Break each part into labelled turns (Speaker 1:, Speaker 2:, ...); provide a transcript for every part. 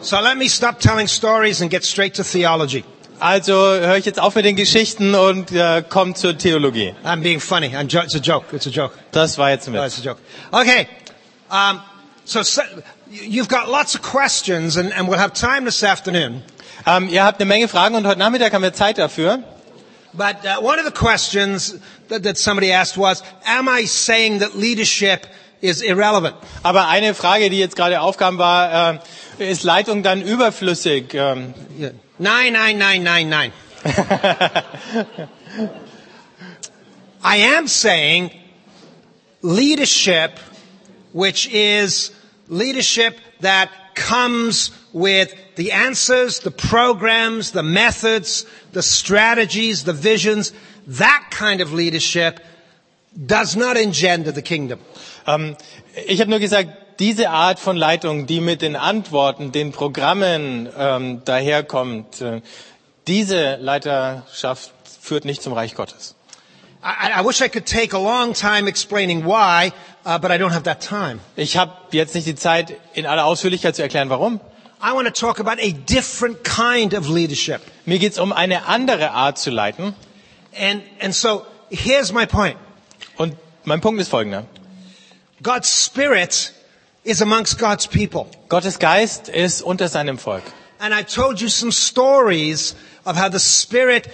Speaker 1: So let me stop telling stories and get straight to theology.
Speaker 2: Also höre ich jetzt auf mit den Geschichten und äh, komme zur Theologie.
Speaker 1: I'm being funny. I'm jo- it's a joke. It's a joke.
Speaker 2: Das war jetzt ein
Speaker 1: No,
Speaker 2: Witz.
Speaker 1: it's a joke. Okay. Um, so, so you've got lots of questions, and, and we'll have time this afternoon.
Speaker 2: Ähm, ihr habt eine Menge Fragen und heute Nachmittag haben wir Zeit dafür.
Speaker 1: But uh, one of the questions that, that somebody asked was, am I saying that leadership is irrelevant?
Speaker 2: Aber eine Frage, die jetzt gerade aufkam, war, äh, ist Leitung dann überflüssig? Ähm,
Speaker 1: Yeah. Nine, nine, nine, nine, nine. I am saying leadership, which is leadership that comes with the answers, the programs, the methods, the strategies, the visions, that kind of leadership does not engender the kingdom.
Speaker 2: ähm, ich habe nur gesagt, diese Art von Leitung, die mit den Antworten, den Programmen ähm, daherkommt, äh, diese Leiterschaft führt nicht zum Reich Gottes.
Speaker 1: I, I wish I could take a long time explaining why, uh, but I don't have that time.
Speaker 2: Ich habe jetzt nicht die Zeit, in aller Ausführlichkeit zu erklären, warum.
Speaker 1: I want to talk about a different kind of leadership.
Speaker 2: Mir geht's um eine andere Art zu leiten.
Speaker 1: And, and so here's my point.
Speaker 2: Und mein Punkt ist folgender.
Speaker 1: God's spirit is amongst God's people.
Speaker 2: Gottes Geist ist unter seinem Volk.
Speaker 1: And I told you some stories of how the spirit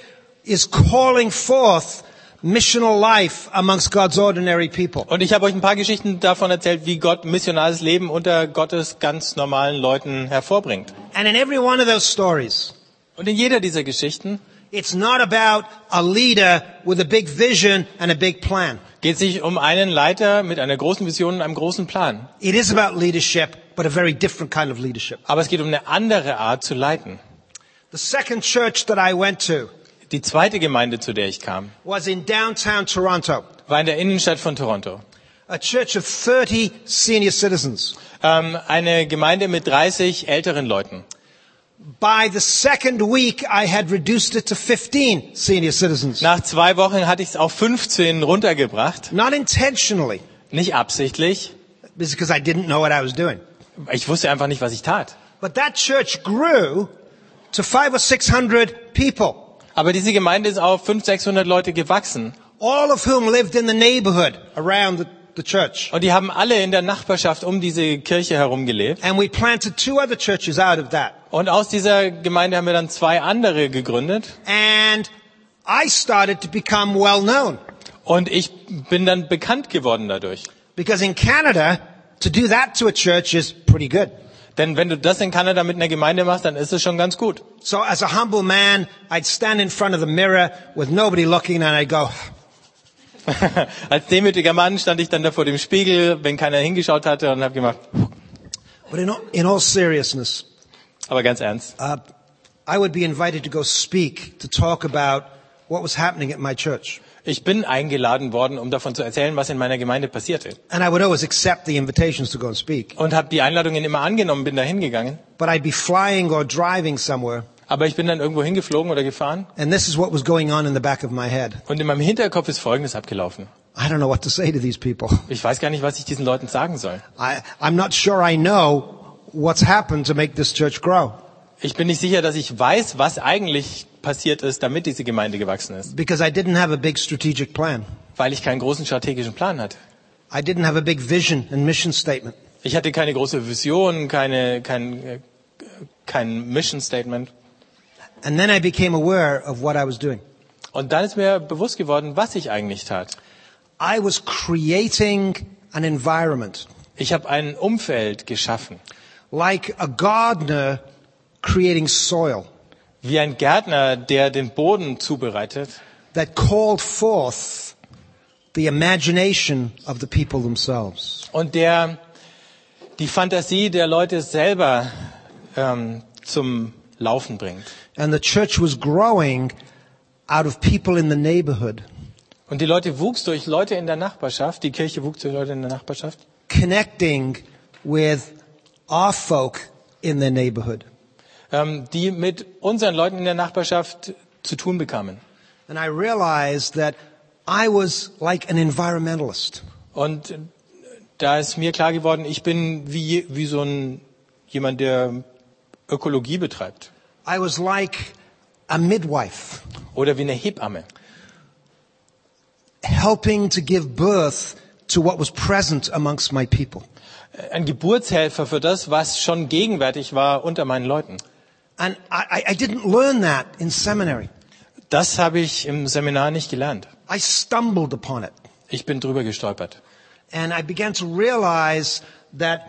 Speaker 1: is calling forth missional life amongst God's ordinary people.
Speaker 2: Und ich habe euch ein paar Geschichten davon erzählt, wie Gott missionales Leben unter Gottes ganz normalen Leuten hervorbringt.
Speaker 1: And in every one of those stories,
Speaker 2: Und in jeder dieser Geschichten
Speaker 1: it's not about a leader with a big vision and a big plan.
Speaker 2: geht es sich um einen Leiter mit einer großen Vision und einem großen Plan.
Speaker 1: It is about leadership, but a very different kind of leadership.
Speaker 2: Aber es geht um eine andere Art zu leiten.
Speaker 1: The second church that I went to
Speaker 2: Die zweite Gemeinde, zu der ich kam,
Speaker 1: was in downtown Toronto,
Speaker 2: war in der Innenstadt von Toronto.
Speaker 1: a church of 30 senior citizens.
Speaker 2: Ähm, eine Gemeinde mit 30 älteren Leuten.
Speaker 1: By the second week, I had reduced it to 15 senior citizens.
Speaker 2: Nach zwei Wochen hatte ich es auf 15 runtergebracht.
Speaker 1: Not intentionally,
Speaker 2: Nicht absichtlich.
Speaker 1: it's because I didn't know what I was doing.
Speaker 2: Ich wusste einfach nicht, was ich tat.
Speaker 1: But that church grew to five or six hundred people,
Speaker 2: Aber diese Gemeinde ist auf 500, 600 Leute gewachsen.
Speaker 1: all of whom lived in the neighborhood around the, the church.
Speaker 2: Und die haben alle in der Nachbarschaft um diese Kirche herum gelebt.
Speaker 1: And we planted two other churches out of that.
Speaker 2: Und aus dieser Gemeinde haben wir dann zwei andere gegründet.
Speaker 1: And I started to become well known.
Speaker 2: Und ich bin dann bekannt geworden dadurch.
Speaker 1: Because in Canada, to do that to a church is pretty good.
Speaker 2: Denn wenn du das in Kanada mit einer Gemeinde machst, dann ist es schon ganz gut.
Speaker 1: So as a humble man, I'd stand in front of the mirror with nobody looking and I'd go,
Speaker 2: Als demütiger Mann stand ich dann da vor dem Spiegel, wenn keiner hingeschaut hatte und habe gemacht,
Speaker 1: but in all, in all seriousness,
Speaker 2: aber ganz ernst.
Speaker 1: uh, I would be invited to go speak to talk about what was happening at my church.
Speaker 2: Ich bin eingeladen worden, um davon zu erzählen, was in meiner Gemeinde passierte.
Speaker 1: And I would always accept the invitations to go and speak,
Speaker 2: Und habe die Einladungen immer angenommen, bin da hingegangen.
Speaker 1: but I'd be flying or driving somewhere.
Speaker 2: Aber ich bin dann irgendwo hingeflogen oder gefahren.
Speaker 1: And this is what was going on in the back of my head.
Speaker 2: Und in meinem Hinterkopf ist Folgendes abgelaufen.
Speaker 1: I don't know what to say to these people.
Speaker 2: Ich weiß gar nicht, was ich diesen Leuten sagen soll.
Speaker 1: I, I'm not sure I know what's happened to make this church grow
Speaker 2: Ich bin nicht sicher, dass ich weiß, was eigentlich passiert ist, damit diese Gemeinde gewachsen ist.
Speaker 1: because I didn't have a big strategic plan.
Speaker 2: Weil ich keinen großen strategischen Plan hatte.
Speaker 1: I didn't have a big vision and mission statement.
Speaker 2: Ich hatte keine große Vision, keine, kein, äh, kein Mission Statement.
Speaker 1: And then I became aware of what I was doing.
Speaker 2: Und dann ist mir bewusst geworden, was ich eigentlich tat.
Speaker 1: I was creating an environment
Speaker 2: Ich habe ein Umfeld geschaffen.
Speaker 1: like a gardener creating soil
Speaker 2: Wie ein Gärtner, der den Boden zubereitet,
Speaker 1: that called forth the imagination of the people themselves.
Speaker 2: Und der die Fantasie der Leute selber ähm, zum Laufen bringt.
Speaker 1: And the church was growing out of people in the neighborhood,
Speaker 2: Und die Leute wuchs durch Leute in der Nachbarschaft, die Kirche wuchs durch Leute in der Nachbarschaft,
Speaker 1: connecting with our folk in their neighborhood.
Speaker 2: ähm, die mit unseren Leuten in der Nachbarschaft zu tun bekamen.
Speaker 1: And I realized that I was like an environmentalist.
Speaker 2: Und da ist mir klar geworden, ich bin wie, wie so ein jemand, der Ökologie betreibt
Speaker 1: I was like a midwife
Speaker 2: oder wie eine Hebamme,
Speaker 1: helping to give birth to what was present amongst my people.
Speaker 2: Äh, ein Geburtshelfer für das, was schon gegenwärtig war unter meinen Leuten.
Speaker 1: And I, I- I didn't learn that in seminary.
Speaker 2: Das habe ich im Seminar nicht gelernt.
Speaker 1: I stumbled upon it.
Speaker 2: Ich bin drüber gestolpert.
Speaker 1: And I began to realize that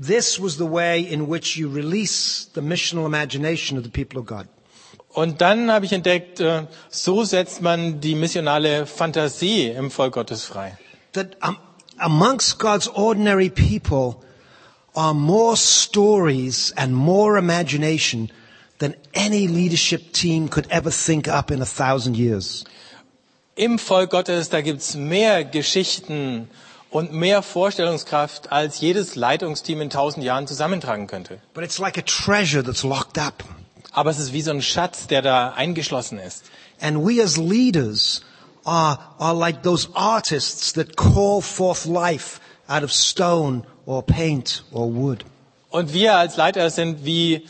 Speaker 1: this was the way in which you release the missional imagination of the people of God.
Speaker 2: Und dann habe ich entdeckt, äh, so setzt man die missionale Fantasie im Volk Gottes frei.
Speaker 1: That um, amongst God's ordinary people are more stories and more imagination than any leadership team could ever think up in a thousand years.
Speaker 2: Im Volk Gottes, da gibt's mehr Geschichten und mehr Vorstellungskraft, als jedes Leitungsteam in tausend Jahren zusammentragen könnte.
Speaker 1: But it's like a treasure that's locked up.
Speaker 2: Aber es ist wie so ein Schatz, der da eingeschlossen ist.
Speaker 1: And we as leaders are, are like those artists that call forth life out of stone or paint or wood.
Speaker 2: Und wir als Leiter sind wie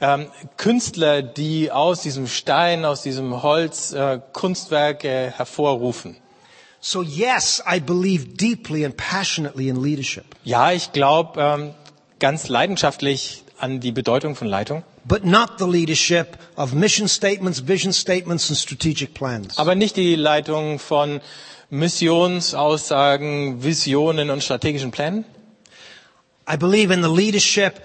Speaker 2: ähm, Künstler, die aus diesem Stein, aus diesem Holz äh, Kunstwerke hervorrufen.
Speaker 1: So yes, I believe deeply and passionately in leadership,
Speaker 2: Ja, ich glaube ähm, ganz leidenschaftlich an die Bedeutung von Leitung,
Speaker 1: but not the leadership of mission statements, vision statements, and strategic plans.
Speaker 2: aber nicht die Leitung von Missionsaussagen, Visionen und strategischen Plänen.
Speaker 1: I believe in the leadership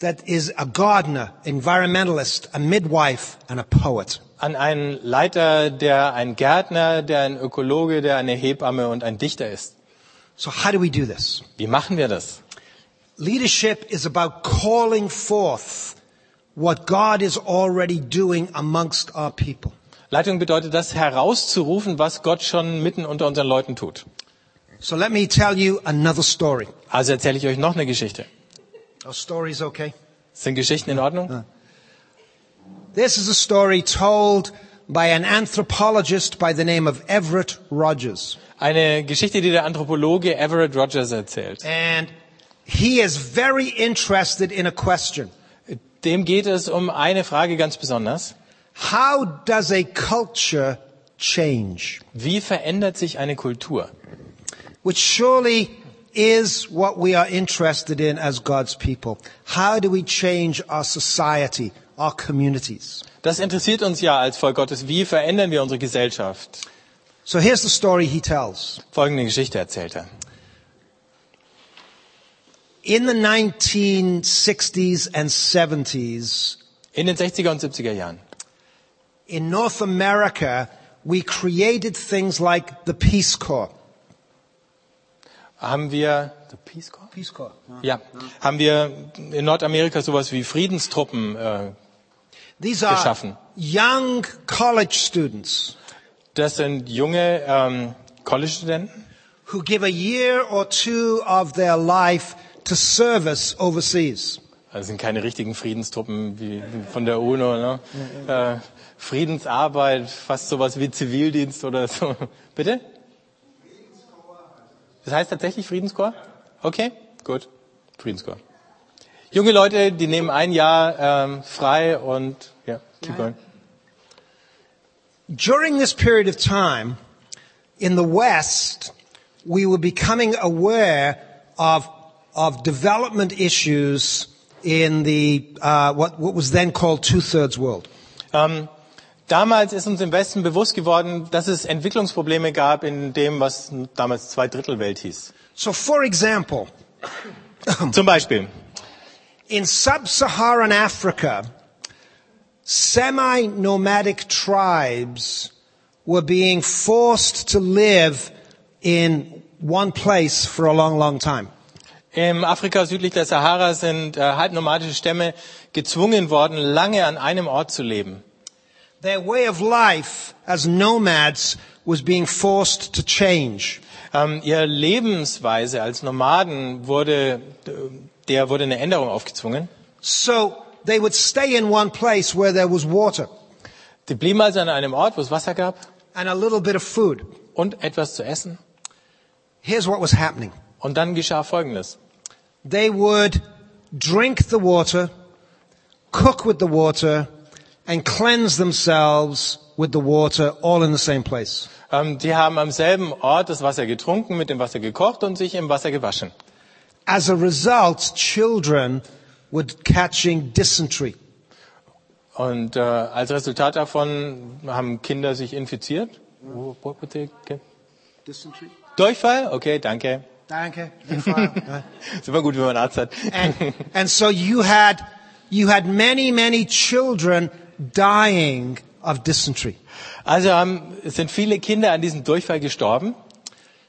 Speaker 1: that is a gardener, environmentalist, a midwife, and a poet.
Speaker 2: An einen Leiter, der ein Gärtner, der ein Ökologe, der eine Hebamme und ein Dichter ist.
Speaker 1: So how do we do this?
Speaker 2: Wie machen wir das?
Speaker 1: Leadership is about calling forth what God is already doing amongst our people.
Speaker 2: Leitung bedeutet das herauszurufen, was Gott schon mitten unter unseren Leuten tut.
Speaker 1: So let me tell you another story.
Speaker 2: Also erzähle ich euch noch eine Geschichte.
Speaker 1: Are stories okay?
Speaker 2: Sind Geschichten in Ordnung?
Speaker 1: This is a story told by an anthropologist by the name of Everett Rogers.
Speaker 2: Eine Geschichte, die der Anthropologe Everett Rogers erzählt.
Speaker 1: And he is very interested in a question.
Speaker 2: Dem geht es um eine Frage ganz besonders.
Speaker 1: How does a culture change?
Speaker 2: Wie verändert sich eine Kultur?
Speaker 1: Which surely is what we are interested in as God's people. How do we change our society, our communities?
Speaker 2: Das interessiert uns ja als Volk Gottes. Wie verändern wir unsere Gesellschaft?
Speaker 1: So here's the story he tells.
Speaker 2: Folgende Geschichte erzählt er.
Speaker 1: In the 1960s and 70s,
Speaker 2: In den 60er und 70er Jahren
Speaker 1: in North America, we created things like the Peace Corps.
Speaker 2: haben wir, the Peace Corps?
Speaker 1: Peace Corps.
Speaker 2: Ja, haben wir in Nordamerika sowas wie Friedenstruppen. Äh,
Speaker 1: These are
Speaker 2: Geschaffen.
Speaker 1: young college students
Speaker 2: das sind junge ähm, College-Studenten,
Speaker 1: who give a year or two of their life to service overseas.
Speaker 2: also sind keine richtigen Friedenstruppen wie von der UNO, ne? Äh, Friedensarbeit, fast sowas wie Zivildienst oder so. Bitte? Das heißt tatsächlich Friedenskorps? Okay, gut. Friedenskorps. Junge Leute, die nehmen ein Jahr ähm, frei und ja, keep going.
Speaker 1: During this period of time, in the West, we were becoming aware of, of development issues in the, uh, what, what was then called two-thirds world.
Speaker 2: Ähm, damals ist uns im Westen bewusst geworden, dass es Entwicklungsprobleme gab in dem, was damals Zweidrittelwelt hieß.
Speaker 1: So for example,
Speaker 2: Zum Beispiel,
Speaker 1: in sub-Saharan Africa, semi-nomadic tribes were being forced to live in one place for a long, long time.
Speaker 2: im Afrika südlich der Sahara sind äh, halbnomadische Stämme gezwungen worden, lange an einem Ort zu leben.
Speaker 1: Their way of life as nomads was being forced to change.
Speaker 2: Ähm, ihre Lebensweise als Nomaden wurde, äh, der wurde eine Änderung aufgezwungen.
Speaker 1: So they would stay in one place where there was water
Speaker 2: Die blieben also an einem Ort, wo es Wasser gab
Speaker 1: and a little bit of food.
Speaker 2: und etwas zu essen.
Speaker 1: Here's what was happening.
Speaker 2: Und dann geschah Folgendes.
Speaker 1: They would drink the water cook with the water, and cleanse themselves with the water all in the same place.
Speaker 2: Ähm, die haben am selben Ort das Wasser getrunken, mit dem Wasser gekocht und sich im Wasser gewaschen.
Speaker 1: As a result, children were catching dysentery.
Speaker 2: Und äh, als Resultat davon haben Kinder sich infiziert. Wo- wo- wo- die- okay.
Speaker 1: Dysentery?
Speaker 2: Durchfall? Okay, danke.
Speaker 1: Danke. Frau.
Speaker 2: Ist immer gut, wenn man einen Arzt hat.
Speaker 1: and, and so you had, you had many, many children dying of dysentery.
Speaker 2: Also haben, es sind viele Kinder an diesem Durchfall gestorben.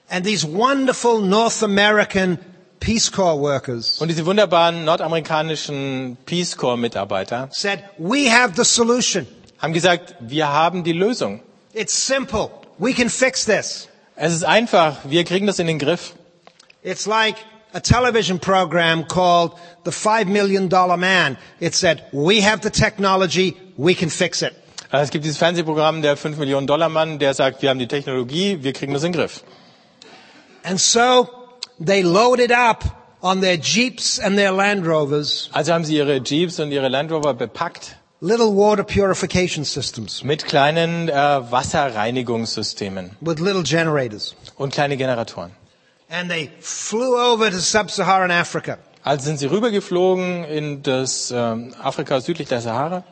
Speaker 1: And these wonderful North American Peace Corps workers
Speaker 2: Und diese wunderbaren nordamerikanischen Peace Corps Mitarbeiter
Speaker 1: said, we have the solution.
Speaker 2: haben gesagt, wir haben die Lösung.
Speaker 1: It's simple. We can fix this.
Speaker 2: Es ist einfach, wir kriegen das in den Griff.
Speaker 1: It's like a television program called The Five Million Dollar Man. It said, we have the technology. We can fix it.
Speaker 2: Also Es gibt dieses Fernsehprogramm der 5 Millionen Dollar Mann, der sagt, wir haben die Technologie, wir kriegen das in den Griff.
Speaker 1: And so they loaded up on their Jeeps and their Land Rovers
Speaker 2: Also haben sie ihre Jeeps und ihre Land Rover bepackt
Speaker 1: little water purification systems
Speaker 2: mit kleinen äh, Wasserreinigungssystemen
Speaker 1: with little generators.
Speaker 2: und kleine Generatoren.
Speaker 1: And they flew over to sub-Saharan Africa
Speaker 2: Also sind sie rübergeflogen in das ähm, Afrika südlich der Sahara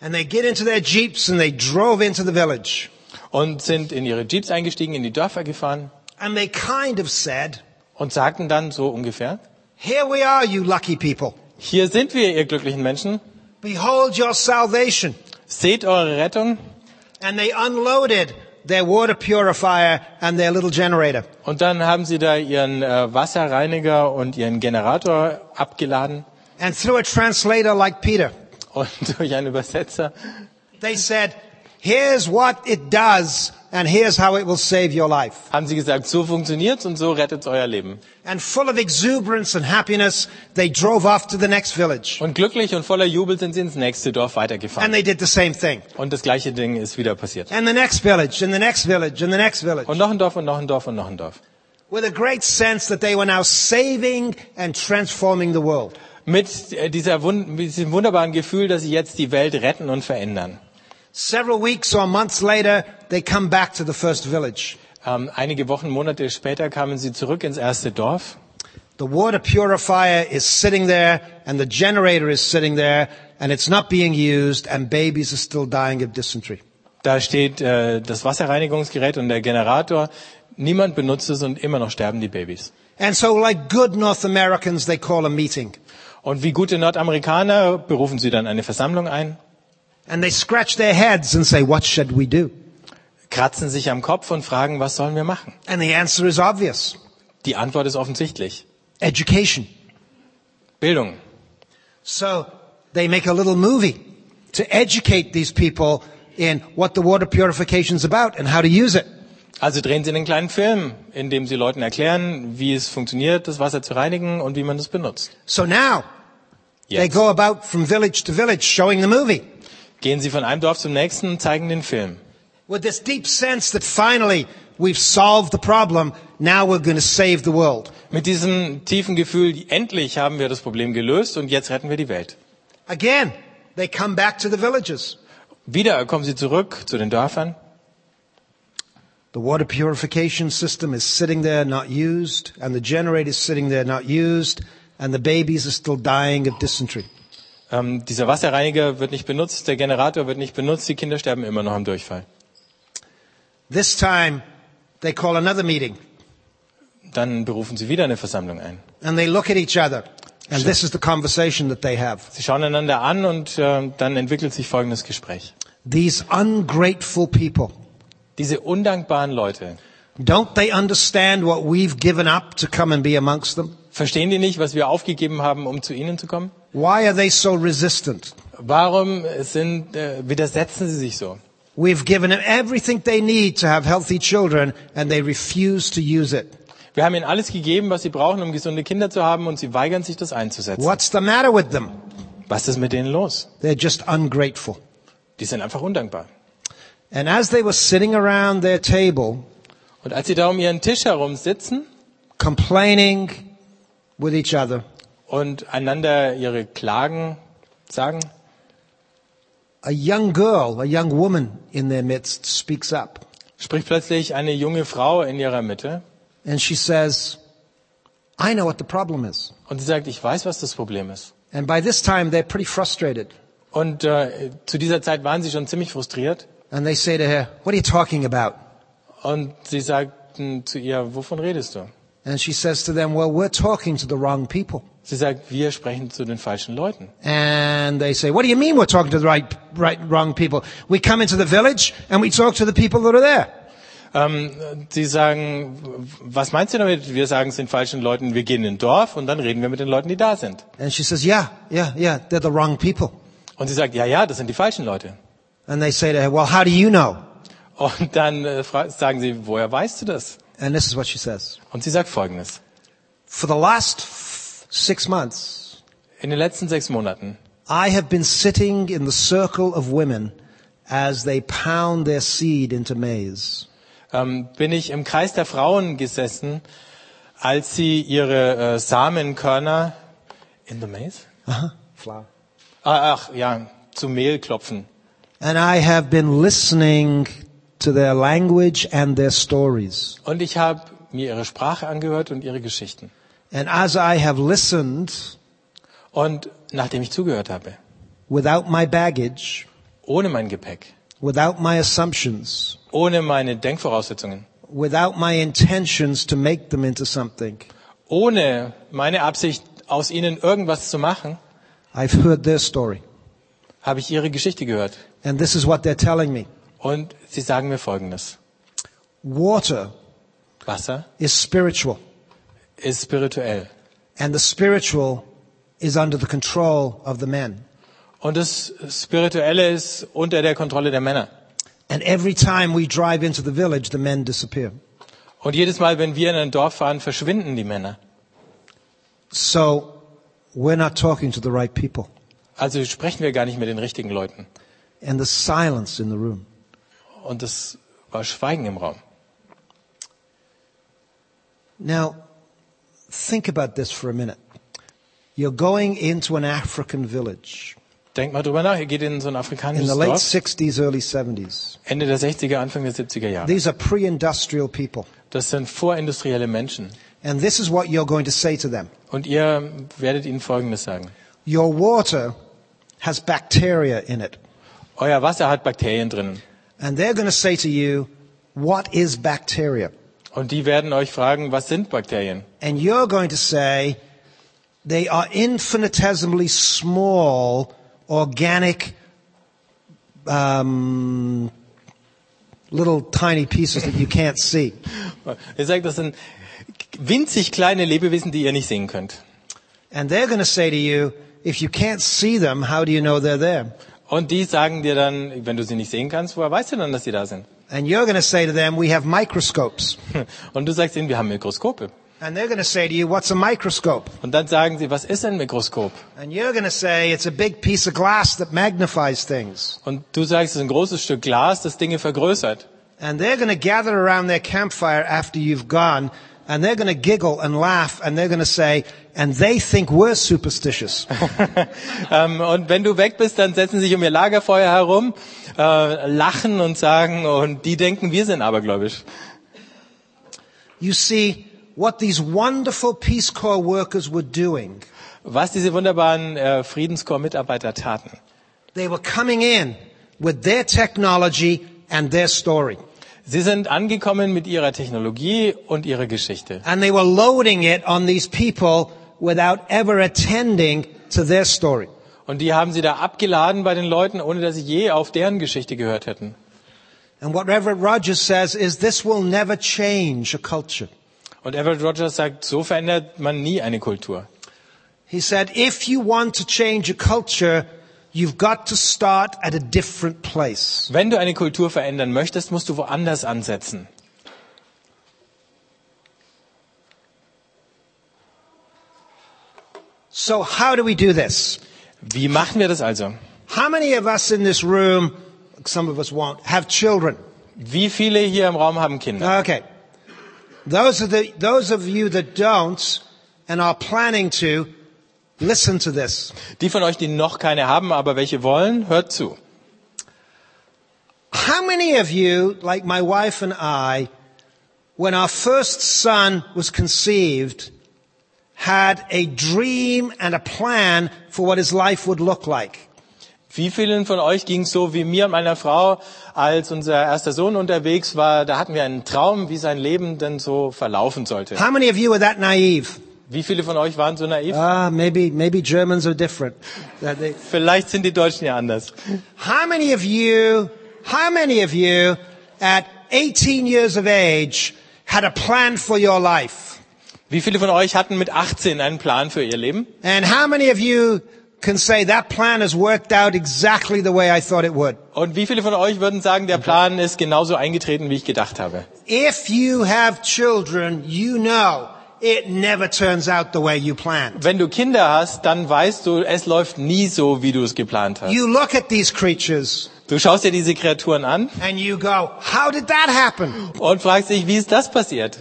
Speaker 1: and they get into their Jeeps and they drove into the village.
Speaker 2: und sind in ihre Jeeps eingestiegen, in die Dörfer gefahren
Speaker 1: And they kind of said,
Speaker 2: und sagten dann so ungefähr,
Speaker 1: here we are, you lucky people.
Speaker 2: hier sind wir, ihr glücklichen Menschen,
Speaker 1: Behold your salvation.
Speaker 2: seht eure Rettung
Speaker 1: And they unloaded their water purifier and their little generator.
Speaker 2: und dann haben sie da ihren äh, Wasserreiniger und ihren Generator abgeladen
Speaker 1: And through a translator like Peter,
Speaker 2: und durch einen Übersetzer
Speaker 1: they said, here's what it does and here's how it will save your life.
Speaker 2: haben sie gesagt, so funktioniert's und so rettet's euer Leben.
Speaker 1: And full of exuberance and happiness, they drove off to the next village.
Speaker 2: Und glücklich und voller Jubel sind sie ins nächste Dorf
Speaker 1: And
Speaker 2: weitergefahren.
Speaker 1: they did the same thing.
Speaker 2: Und das gleiche Ding ist wieder passiert.
Speaker 1: And the next village, and the next village, and the next village.
Speaker 2: Und noch ein Dorf und noch ein Dorf und noch ein Dorf.
Speaker 1: With a great sense that they were now saving and transforming the world.
Speaker 2: Mit, äh, dieser Wun mit diesem wunderbaren Gefühl, dass sie jetzt die Welt retten und verändern.
Speaker 1: Several weeks or months later, they come back to the first village.
Speaker 2: Ähm, einige Wochen, Monate später kamen sie zurück ins erste Dorf.
Speaker 1: The water purifier is sitting there, and the generator is sitting there, and it's not being used, and babies are still dying of dysentery.
Speaker 2: Da steht äh, das Wasserreinigungsgerät und der Generator. Niemand benutzt es und immer noch sterben die Babys.
Speaker 1: And so, like good North Americans, they call a meeting.
Speaker 2: Und wie gute Nordamerikaner berufen sie dann eine Versammlung ein,
Speaker 1: And they scratch their heads and say, what should we do?
Speaker 2: kratzen sich am Kopf und fragen, was sollen wir machen?
Speaker 1: And the answer is obvious.
Speaker 2: Die Antwort ist offensichtlich.
Speaker 1: Education.
Speaker 2: Bildung.
Speaker 1: So they make a little movie to educate these people in what the water purification is about and how to use it.
Speaker 2: Also drehen Sie einen kleinen Film, in dem Sie Leuten erklären, wie es funktioniert, das Wasser zu reinigen und wie man es benutzt.
Speaker 1: So now they
Speaker 2: Jetzt
Speaker 1: go about from village to village showing the movie
Speaker 2: gehen Sie von einem Dorf zum nächsten und zeigen den Film.
Speaker 1: with this deep sense that finally we've solved the problem. Now we're going to save the world.
Speaker 2: Mit diesem tiefen Gefühl, endlich haben wir das Problem gelöst und jetzt retten wir die Welt.
Speaker 1: Again, they come back to the villages.
Speaker 2: Wieder kommen Sie zurück zu den Dörfern.
Speaker 1: The water purification system is sitting there not used, and the generator is sitting there not used, and the babies are still dying of dysentery.
Speaker 2: Ähm, dieser Wasserreiniger wird nicht benutzt, der Generator wird nicht benutzt, die Kinder sterben immer noch am Durchfall.
Speaker 1: This time, they call another meeting,
Speaker 2: Dann berufen Sie wieder eine Versammlung ein.
Speaker 1: and they look at each other, and this is the conversation that they have.
Speaker 2: Sie schauen einander an und äh, dann entwickelt sich folgendes Gespräch.
Speaker 1: These ungrateful people,
Speaker 2: Diese undankbaren Leute,
Speaker 1: don't they understand what we've given up to come and be amongst them?
Speaker 2: Verstehen die nicht, was wir aufgegeben haben, um zu ihnen zu kommen?
Speaker 1: Why are they so resistant?
Speaker 2: Warum sind, äh, widersetzen sie sich so?
Speaker 1: We've given them everything they need to have healthy children, and they refuse to use it.
Speaker 2: Wir haben ihnen alles gegeben, was sie brauchen, um gesunde Kinder zu haben, und sie weigern sich, das einzusetzen.
Speaker 1: What's the matter with them?
Speaker 2: Was ist mit denen los?
Speaker 1: They're just ungrateful.
Speaker 2: Die sind einfach undankbar.
Speaker 1: And as they were sitting around their table,
Speaker 2: Und als sie da um ihren Tisch herum sitzen
Speaker 1: complaining with each other,
Speaker 2: und einander ihre Klagen sagen,
Speaker 1: a young girl, a young woman in their midst speaks up
Speaker 2: spricht plötzlich eine junge Frau in ihrer Mitte
Speaker 1: and she says, I know what the problem is.
Speaker 2: und sie sagt, ich weiß, was das Problem ist.
Speaker 1: And by this time, they're pretty frustrated.
Speaker 2: Und äh, zu dieser Zeit waren sie schon ziemlich frustriert
Speaker 1: And they say to her, what are you talking about?
Speaker 2: und sie sagten zu ihr, wovon redest du?
Speaker 1: And she says to them, well, we're talking to the wrong people.
Speaker 2: Sie sagt, wir sprechen zu den falschen Leuten.
Speaker 1: And they say, what do you mean we're talking to the right, right, wrong people? We come into the village and we talk to the people that are there.
Speaker 2: Ähm, sie sagen, was meinst du damit? Wir sagen es den falschen Leuten, wir gehen in ein Dorf und dann reden wir mit den Leuten, die da sind.
Speaker 1: And she says, yeah, yeah, yeah, they're the wrong people.
Speaker 2: Und sie sagt, ja, ja, das sind die falschen Leute.
Speaker 1: And they say to her, well, how do you know?
Speaker 2: Und dann äh, fra- sagen sie, woher weißt du das?
Speaker 1: And this is what she says.
Speaker 2: Und sie sagt Folgendes.
Speaker 1: For the last f- six months,
Speaker 2: In den letzten sechs Monaten
Speaker 1: I have been sitting in the circle of women as they pound their seed into maize.
Speaker 2: ähm, bin ich im Kreis der Frauen gesessen, als sie ihre äh, Samenkörner in the maize?
Speaker 1: Flour.
Speaker 2: Ah, ach, ja, zu Mehl klopfen.
Speaker 1: And I have been listening to their language and their stories.
Speaker 2: Und ich habe mir ihre Sprache angehört und ihre Geschichten.
Speaker 1: And as I have listened
Speaker 2: Und nachdem ich zugehört habe,
Speaker 1: without my baggage,
Speaker 2: ohne mein Gepäck,
Speaker 1: without my assumptions,
Speaker 2: ohne meine Denkvoraussetzungen,
Speaker 1: without my intentions to make them into something,
Speaker 2: ohne meine Absicht, aus ihnen irgendwas zu machen,
Speaker 1: I've heard their story.
Speaker 2: habe ich ihre Geschichte gehört.
Speaker 1: And this is what they're telling me.
Speaker 2: Und sie sagen mir Folgendes.
Speaker 1: Water
Speaker 2: Wasser
Speaker 1: is spiritual,
Speaker 2: ist spirituell.
Speaker 1: and the spiritual is under the control of the men.
Speaker 2: Und das Spirituelle ist unter der Kontrolle der Männer.
Speaker 1: And every time we drive into the village, the men disappear.
Speaker 2: Und jedes Mal, wenn wir in ein Dorf fahren, verschwinden die Männer.
Speaker 1: So we're not talking to the right people.
Speaker 2: Also sprechen wir gar nicht mit den richtigen Leuten.
Speaker 1: And the silence in the room.
Speaker 2: Und das war Schweigen im Raum.
Speaker 1: Now, think about this for a minute. You're going into an African village
Speaker 2: Denkt mal drüber nach, ihr geht in so ein
Speaker 1: in the
Speaker 2: afrikanisches
Speaker 1: late
Speaker 2: Dorf,
Speaker 1: 60s, early 70s.
Speaker 2: Ende der 60er, Anfang der 70er Jahre.
Speaker 1: These are pre-industrial people.
Speaker 2: Das sind vorindustrielle Menschen.
Speaker 1: And this is what you're going to say to them.
Speaker 2: Und ihr werdet ihnen Folgendes sagen.
Speaker 1: Your water has bacteria in it.
Speaker 2: Euer Wasser hat Bakterien drin.
Speaker 1: And they're going to say to you, what is bacteria?
Speaker 2: Und die werden euch fragen, was sind Bakterien?
Speaker 1: And you're going to say, they are infinitesimally small organic, um, little tiny pieces that you can't see.
Speaker 2: Ihr sagt, das sind winzig kleine Lebewesen, die ihr nicht sehen könnt.
Speaker 1: And they're going to say to you, if you can't see them, how do you know they're there?
Speaker 2: Und die sagen dir dann, wenn du sie nicht sehen kannst, woher weißt du dann, dass sie da sind?
Speaker 1: And you're going to say to them, we have microscopes.
Speaker 2: Und du sagst ihnen, wir haben Mikroskope.
Speaker 1: And they're going to say to you, what's a microscope?
Speaker 2: Und dann sagen sie, was ist ein Mikroskop?
Speaker 1: And you're going to say, it's a big piece of glass that magnifies things.
Speaker 2: Und du sagst, es ist ein großes Stück Glas, das Dinge vergrößert.
Speaker 1: And they're going to gather around their campfire after you've gone, and they're going to giggle and laugh, and they're going to say, and they think we're superstitious.
Speaker 2: ähm, und wenn du weg bist, dann setzen sie sich um ihr Lagerfeuer herum, äh, lachen und sagen, und die denken, wir sind abergläubisch.
Speaker 1: you see, what these wonderful Peace Corps workers were doing,
Speaker 2: Was diese wunderbaren äh, Friedenskorps-Mitarbeiter taten.
Speaker 1: they were coming in with their technology and their story.
Speaker 2: Sie sind angekommen mit ihrer Technologie und ihrer Geschichte.
Speaker 1: And they were loading it on these people without ever attending to their story.
Speaker 2: Und die haben sie da abgeladen bei den Leuten, ohne dass sie je auf deren Geschichte gehört hätten.
Speaker 1: And what Reverend Rogers says is this will never change a culture.
Speaker 2: Und Everett Rogers sagt, so verändert man nie eine Kultur.
Speaker 1: He said, if you want to change a culture, you've got to start at a different place.
Speaker 2: Wenn du eine Kultur verändern möchtest, musst du woanders ansetzen.
Speaker 1: So how do we do this?
Speaker 2: Wie machen wir das also?
Speaker 1: How many of us in this room, some of us won't, have children?
Speaker 2: Wie viele hier im Raum haben Kinder?
Speaker 1: Okay. Those of the, those of you that don't and are planning to, listen to this.
Speaker 2: Die von euch, die noch keine haben, aber welche wollen, hört zu.
Speaker 1: How many of you, like my wife and I, when our first son was conceived, had a dream and a plan for what his life would look like?
Speaker 2: Wie vielen von euch ging es so wie mir und meiner Frau, als unser erster Sohn unterwegs war? Da hatten wir einen Traum, wie sein Leben denn so verlaufen sollte.
Speaker 1: How many of you were that naive?
Speaker 2: Wie viele von euch waren so naiv?
Speaker 1: Ah, maybe, maybe Germans are different. That they-
Speaker 2: Vielleicht sind die Deutschen ja anders.
Speaker 1: How many of you, how many of you at 18 years of age had a plan for your life?
Speaker 2: Wie viele von euch hatten mit 18 einen Plan für ihr Leben?
Speaker 1: And how many of you can say that plan has worked out exactly the way I thought it would?
Speaker 2: Und wie viele von euch würden sagen, der Plan ist genauso eingetreten, wie ich gedacht habe?
Speaker 1: If you have children, you know it never turns out the way you planned.
Speaker 2: Wenn du Kinder hast, dann weißt du, es läuft nie so, wie du es geplant hast.
Speaker 1: You look at these creatures
Speaker 2: Du schaust dir diese Kreaturen an
Speaker 1: and you go, how did that happen?
Speaker 2: und fragst dich, wie ist das passiert?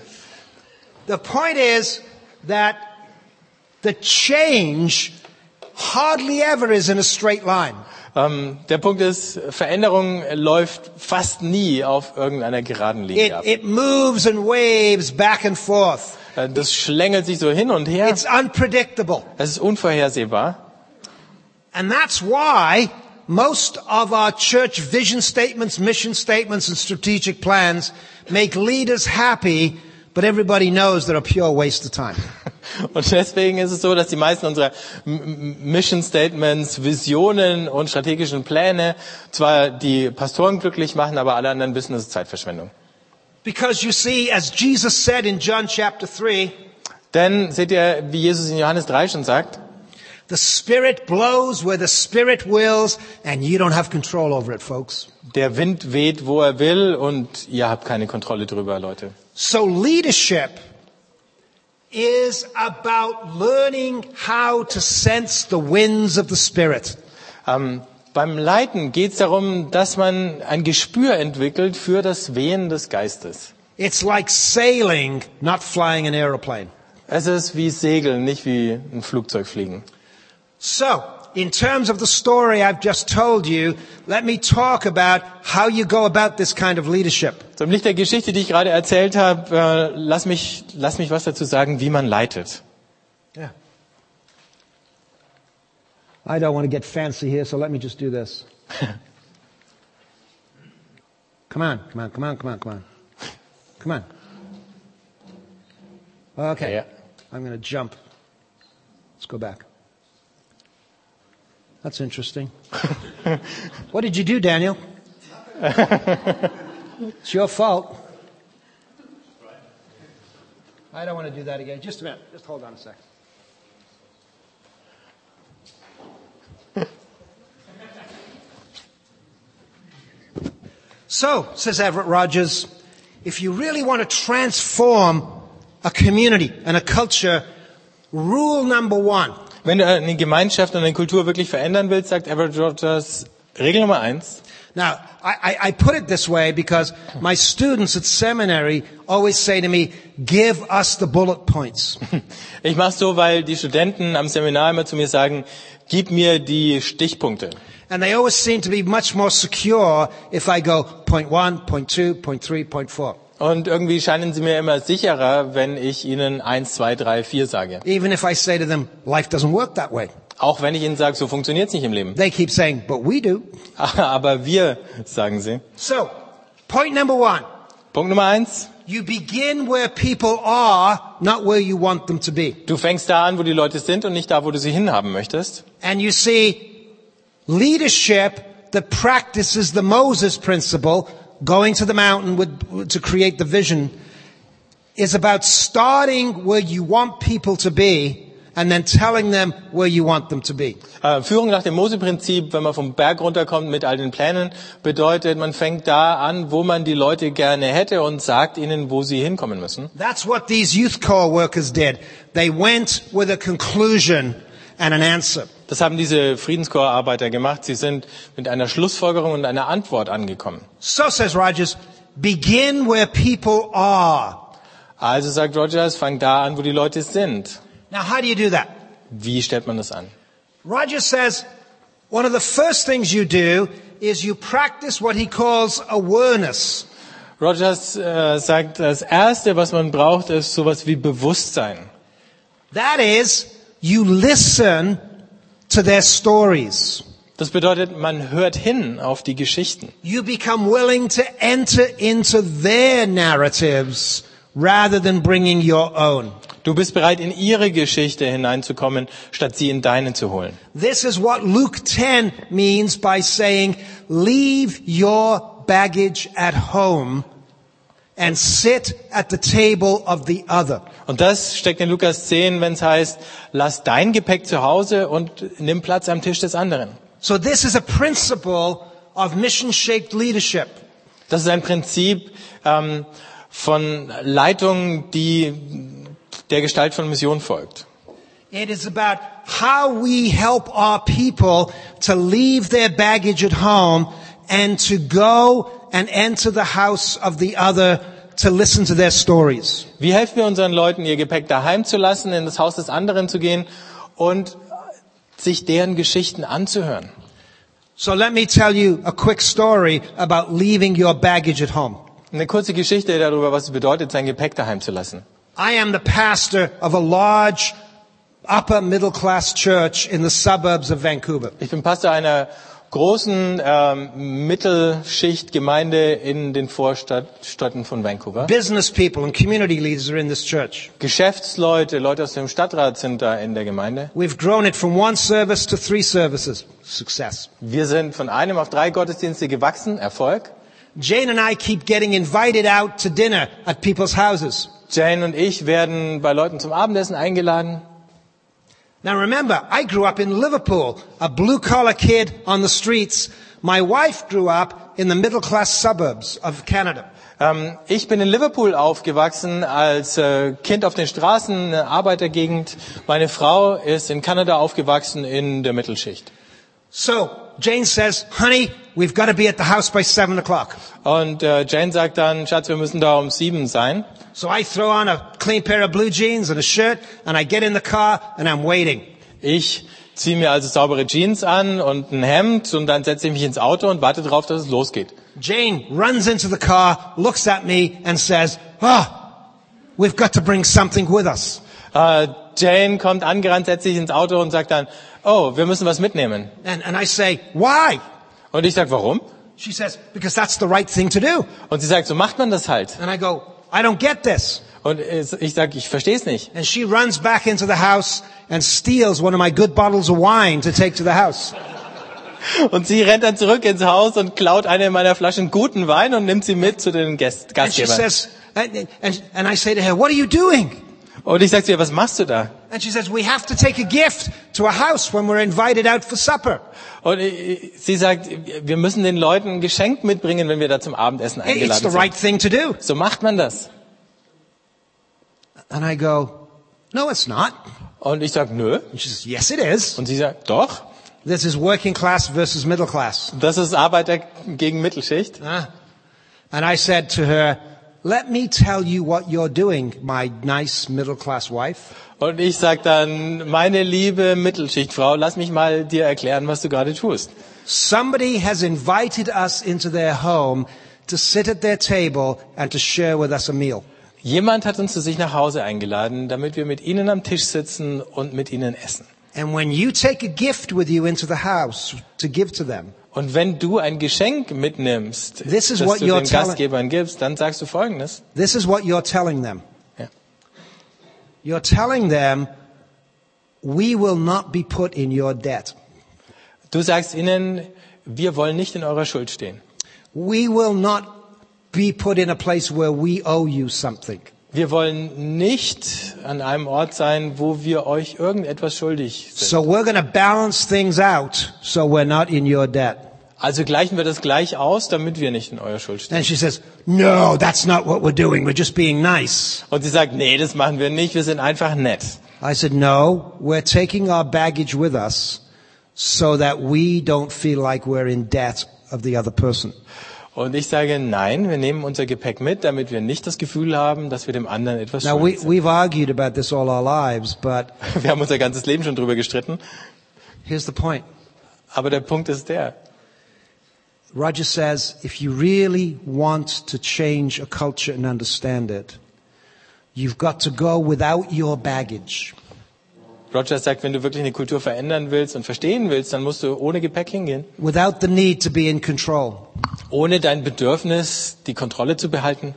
Speaker 1: The point is that the change hardly ever is in a straight line.
Speaker 2: Ähm, der Punkt ist, Veränderung läuft fast nie auf irgendeiner geraden
Speaker 1: It,
Speaker 2: Linie ab.
Speaker 1: it moves and waves back and forth.
Speaker 2: Äh, Das schlängelt sich so hin und her.
Speaker 1: It's unpredictable.
Speaker 2: Das ist unvorhersehbar.
Speaker 1: And that's why most of our church vision statements, mission statements, and strategic plans make leaders happy, but everybody knows they're a pure waste of time.
Speaker 2: Und deswegen ist es so, dass die meisten unserer M- M- Mission Statements, Visionen und strategischen Pläne zwar die Pastoren glücklich machen, aber alle anderen wissen, es ist Zeitverschwendung.
Speaker 1: Because you see, as Jesus said in John chapter 3,
Speaker 2: Denn seht ihr, wie Jesus in Johannes 3 schon sagt,
Speaker 1: the Spirit blows where the Spirit wills, and you don't have control over it, folks.
Speaker 2: der Wind weht, wo er will und ihr habt keine Kontrolle drüber, Leute.
Speaker 1: So leadership is about learning how to sense the winds of the Spirit.
Speaker 2: Ähm, beim Leiten geht es darum, dass man ein Gespür entwickelt für das Wehen des Geistes.
Speaker 1: It's like sailing, not flying an aeroplane.
Speaker 2: Es ist wie Segeln, nicht wie ein Flugzeug fliegen.
Speaker 1: So, in terms of the story I've just told you, let me talk about how you go about this kind of leadership.
Speaker 2: So, Im Licht der Geschichte, die ich gerade erzählt habe, äh, lass, mich, lass mich was dazu sagen, wie man leitet.
Speaker 1: Yeah. I don't want to get fancy here, so let me just do this. come on, come on, come on, come on, come on. Come on. Okay.
Speaker 2: Yeah.
Speaker 1: I'm going to jump. Let's go back. That's interesting. what did you do, Daniel? it's your fault. I don't want to do that again. Just a minute. Just hold on a sec. so, says Everett Rogers, if you really want to transform a community and a culture, rule number one
Speaker 2: Wenn du eine Gemeinschaft und eine Kultur wirklich verändern willst, sagt Everett Rogers, Regel Nummer eins.
Speaker 1: Now, I, I, I put it this way because my students at seminary always say to me, give us the bullet points.
Speaker 2: Ich mache so, weil die Studenten am Seminar immer zu mir sagen, gib mir die Stichpunkte.
Speaker 1: And they always seem to be much more secure if I go point one, point two, point three, point four.
Speaker 2: Und irgendwie scheinen sie mir immer sicherer, wenn ich ihnen eins, zwei, drei, vier sage.
Speaker 1: Even if I say to them, life doesn't work that way.
Speaker 2: Auch wenn ich ihnen sage, so funktioniert's nicht im Leben.
Speaker 1: They keep saying, but we do.
Speaker 2: Aber wir, sagen sie.
Speaker 1: So, point number one,
Speaker 2: Punkt Nummer eins.
Speaker 1: you begin where people are, not where you want them to be.
Speaker 2: Du fängst da an, wo die Leute sind und nicht da, wo du sie hinhaben möchtest.
Speaker 1: And you see, leadership that practices the Moses principle, going to the mountain with, to create the vision, is about starting where you want people to be and then telling them where you want them to be.
Speaker 2: Äh, Führung nach dem Mose-Prinzip, wenn man vom Berg runterkommt mit all den Plänen, bedeutet, man fängt da an, wo man die Leute gerne hätte und sagt ihnen, wo sie hinkommen müssen.
Speaker 1: That's what these youth corps workers did. They went with a conclusion and an answer.
Speaker 2: Das haben diese Friedenskorps-Arbeiter gemacht. Sie sind mit einer Schlussfolgerung und einer Antwort angekommen.
Speaker 1: So says Rogers, begin where people are.
Speaker 2: Also sagt Rogers, fang da an, wo die Leute sind.
Speaker 1: Now how do you do that?
Speaker 2: Wie stellt man das an?
Speaker 1: Roger says one of the first things you do is you practice what he calls awareness.
Speaker 2: Rogers äh, sagt, das Erste, was man braucht, ist sowas wie Bewusstsein.
Speaker 1: That is, you listen to their stories.
Speaker 2: Das bedeutet, man hört hin auf die Geschichten.
Speaker 1: You become willing to enter into their narratives rather than bringing your own.
Speaker 2: Du bist bereit, in ihre Geschichte hineinzukommen, statt sie in deine zu holen.
Speaker 1: This is what Luke 10 means by saying, leave your baggage at home and sit at the table of the other.
Speaker 2: Und das steckt in Lukas 10, wenn es heißt, lass dein Gepäck zu Hause und nimm Platz am Tisch des anderen.
Speaker 1: So this is a principle of mission-shaped leadership.
Speaker 2: Das ist ein Prinzip ähm, von Leitung, die der Gestalt von Mission folgt.
Speaker 1: It is about how we help our people to leave their baggage at home and to go and enter the house of the other to listen to their stories.
Speaker 2: Wie helfen wir unseren Leuten, ihr Gepäck daheim zu lassen, in das Haus des anderen zu gehen und sich deren Geschichten anzuhören?
Speaker 1: So let me tell you a quick story about leaving your baggage at home.
Speaker 2: Eine kurze Geschichte darüber, was es bedeutet, sein Gepäck daheim zu lassen.
Speaker 1: I am the pastor of a large upper middle class church in the suburbs of Vancouver.
Speaker 2: Ich bin Pastor einer großen ähm, Mittelschichtgemeinde in den Vorstädten von Vancouver.
Speaker 1: Business people and community leaders are in this church.
Speaker 2: Geschäftsleute, Leute aus dem Stadtrat sind da in der Gemeinde.
Speaker 1: We've grown it from one service to three services. Success.
Speaker 2: Wir sind von einem auf drei Gottesdienste gewachsen, Erfolg.
Speaker 1: Jane and I keep getting invited out to dinner at people's houses.
Speaker 2: Jane und ich werden bei Leuten zum Abendessen eingeladen.
Speaker 1: Now remember, I grew up in Liverpool, a blue collar kid on the streets. My wife grew up in the middle class suburbs of Canada.
Speaker 2: Ähm, ich bin in Liverpool aufgewachsen als äh, Kind auf den Straßen, eine Arbeitergegend. Meine Frau ist in Kanada aufgewachsen in der Mittelschicht.
Speaker 1: So Jane says, honey, we've got to be at the house by seven o'clock.
Speaker 2: Und äh, Jane sagt dann, Schatz, wir müssen da um sieben sein.
Speaker 1: So I throw on a clean pair of blue jeans and a shirt and I get in the car and I'm waiting.
Speaker 2: Ich ziehe mir also saubere Jeans an und ein Hemd und dann setze ich mich ins Auto und warte darauf, dass es losgeht.
Speaker 1: Jane runs into the car, looks at me and says, oh, we've got to bring something with us.
Speaker 2: Äh, Jane kommt angerannt, setzt sich ins Auto und sagt dann, oh, wir müssen was mitnehmen.
Speaker 1: And, and I say, why?
Speaker 2: Und ich sag, warum?
Speaker 1: She says, because that's the right thing to do.
Speaker 2: Und sie sagt, so macht man das halt.
Speaker 1: And I go, I don't get this.
Speaker 2: Und ich sag, ich verstehe es nicht.
Speaker 1: And she runs back into the house and steals one of my good bottles of wine to take to the house.
Speaker 2: Und sie rennt dann zurück ins Haus und klaut eine meiner Flaschen guten Wein und nimmt sie mit zu den Gäst
Speaker 1: And she
Speaker 2: Gastgebern.
Speaker 1: says, and, and, and I say to her, what are you doing?
Speaker 2: Und ich sag zu ihr, was machst du da?
Speaker 1: And she says, we have to take a gift to a house when we're invited out for supper.
Speaker 2: Und äh, sie sagt, wir müssen den Leuten ein Geschenk mitbringen, wenn wir da zum Abendessen
Speaker 1: It- It's the
Speaker 2: eingeladen
Speaker 1: right
Speaker 2: sind.
Speaker 1: thing to do.
Speaker 2: So macht man das.
Speaker 1: And I go, no, it's not.
Speaker 2: Und ich sag, nö.
Speaker 1: And she says, yes, it is.
Speaker 2: Und sie sagt, doch.
Speaker 1: This is working class versus middle class.
Speaker 2: Das ist Arbeiter gegen Mittelschicht.
Speaker 1: Ah. And I said to her, let me tell you what you're doing, my nice middle class wife.
Speaker 2: Und ich sag dann, meine liebe Mittelschichtfrau, lass mich mal dir erklären, was du gerade tust.
Speaker 1: Somebody has invited us into their home to sit at their table and to share with us a meal.
Speaker 2: Jemand hat uns zu sich nach Hause eingeladen, damit wir mit ihnen am Tisch sitzen und mit ihnen essen.
Speaker 1: And when you take a gift with you into the house to give to them,
Speaker 2: Und wenn du ein Geschenk mitnimmst,
Speaker 1: This is
Speaker 2: das
Speaker 1: what
Speaker 2: du
Speaker 1: you're
Speaker 2: den
Speaker 1: telling-
Speaker 2: Gastgebern gibst, dann sagst du Folgendes.
Speaker 1: this is what you're telling them.
Speaker 2: Ja.
Speaker 1: You're telling them, we will not be put in your debt.
Speaker 2: Du sagst ihnen, wir wollen nicht in eurer Schuld stehen.
Speaker 1: We will not be put in a place where we owe you something.
Speaker 2: Wir wollen nicht an einem Ort sein, wo wir euch irgendetwas schuldig sind.
Speaker 1: So we're going to balance things out so we're not in your debt.
Speaker 2: Also gleichen wir das gleich aus, damit wir nicht in eurer Schuld stehen.
Speaker 1: And she says, no, that's not what we're doing. We're just being nice.
Speaker 2: Und sie sagt, nee, das machen wir nicht, wir sind einfach nett.
Speaker 1: I said, no, we're taking our baggage with us so that we don't feel like we're in debt of the other person.
Speaker 2: Und ich sage, nein, wir nehmen unser Gepäck mit, damit wir nicht das Gefühl haben, dass wir dem anderen etwas
Speaker 1: Now
Speaker 2: schuldig
Speaker 1: we,
Speaker 2: sind.
Speaker 1: we've argued about this all our lives, but
Speaker 2: Wir haben unser ganzes Leben schon drüber gestritten,
Speaker 1: here's the point.
Speaker 2: aber der Punkt ist der.
Speaker 1: Roger says, if you really want to change a culture and understand it, you've got to go without your baggage.
Speaker 2: Rogers sagt, wenn du wirklich eine Kultur verändern willst und verstehen willst, dann musst du ohne Gepäck hingehen,
Speaker 1: without the need to be in control.
Speaker 2: ohne dein Bedürfnis, die Kontrolle zu behalten.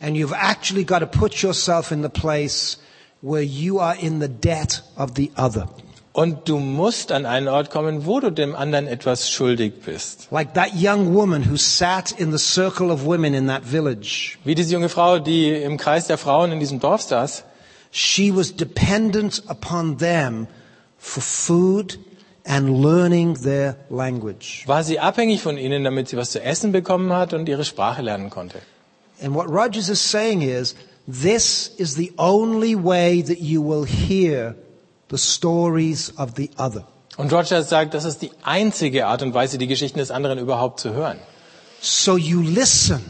Speaker 1: And you've actually got to put yourself in the place where you are in the debt of the other.
Speaker 2: Und du musst an einen Ort kommen, wo du dem anderen etwas schuldig bist.
Speaker 1: Like that young woman who sat in the circle of women in that village.
Speaker 2: Wie diese junge Frau, die im Kreis der Frauen in diesem Dorf saß.
Speaker 1: She was dependent upon them for food and learning their language.
Speaker 2: war sie abhängig von ihnen, damit sie was zu essen bekommen hat und ihre Sprache lernen konnte.
Speaker 1: And what Rogers is saying is, this is the only way that you will hear the stories of the other.
Speaker 2: Und Rogers sagt, das ist die einzige Art und Weise, die Geschichten des anderen überhaupt zu hören.
Speaker 1: So you listen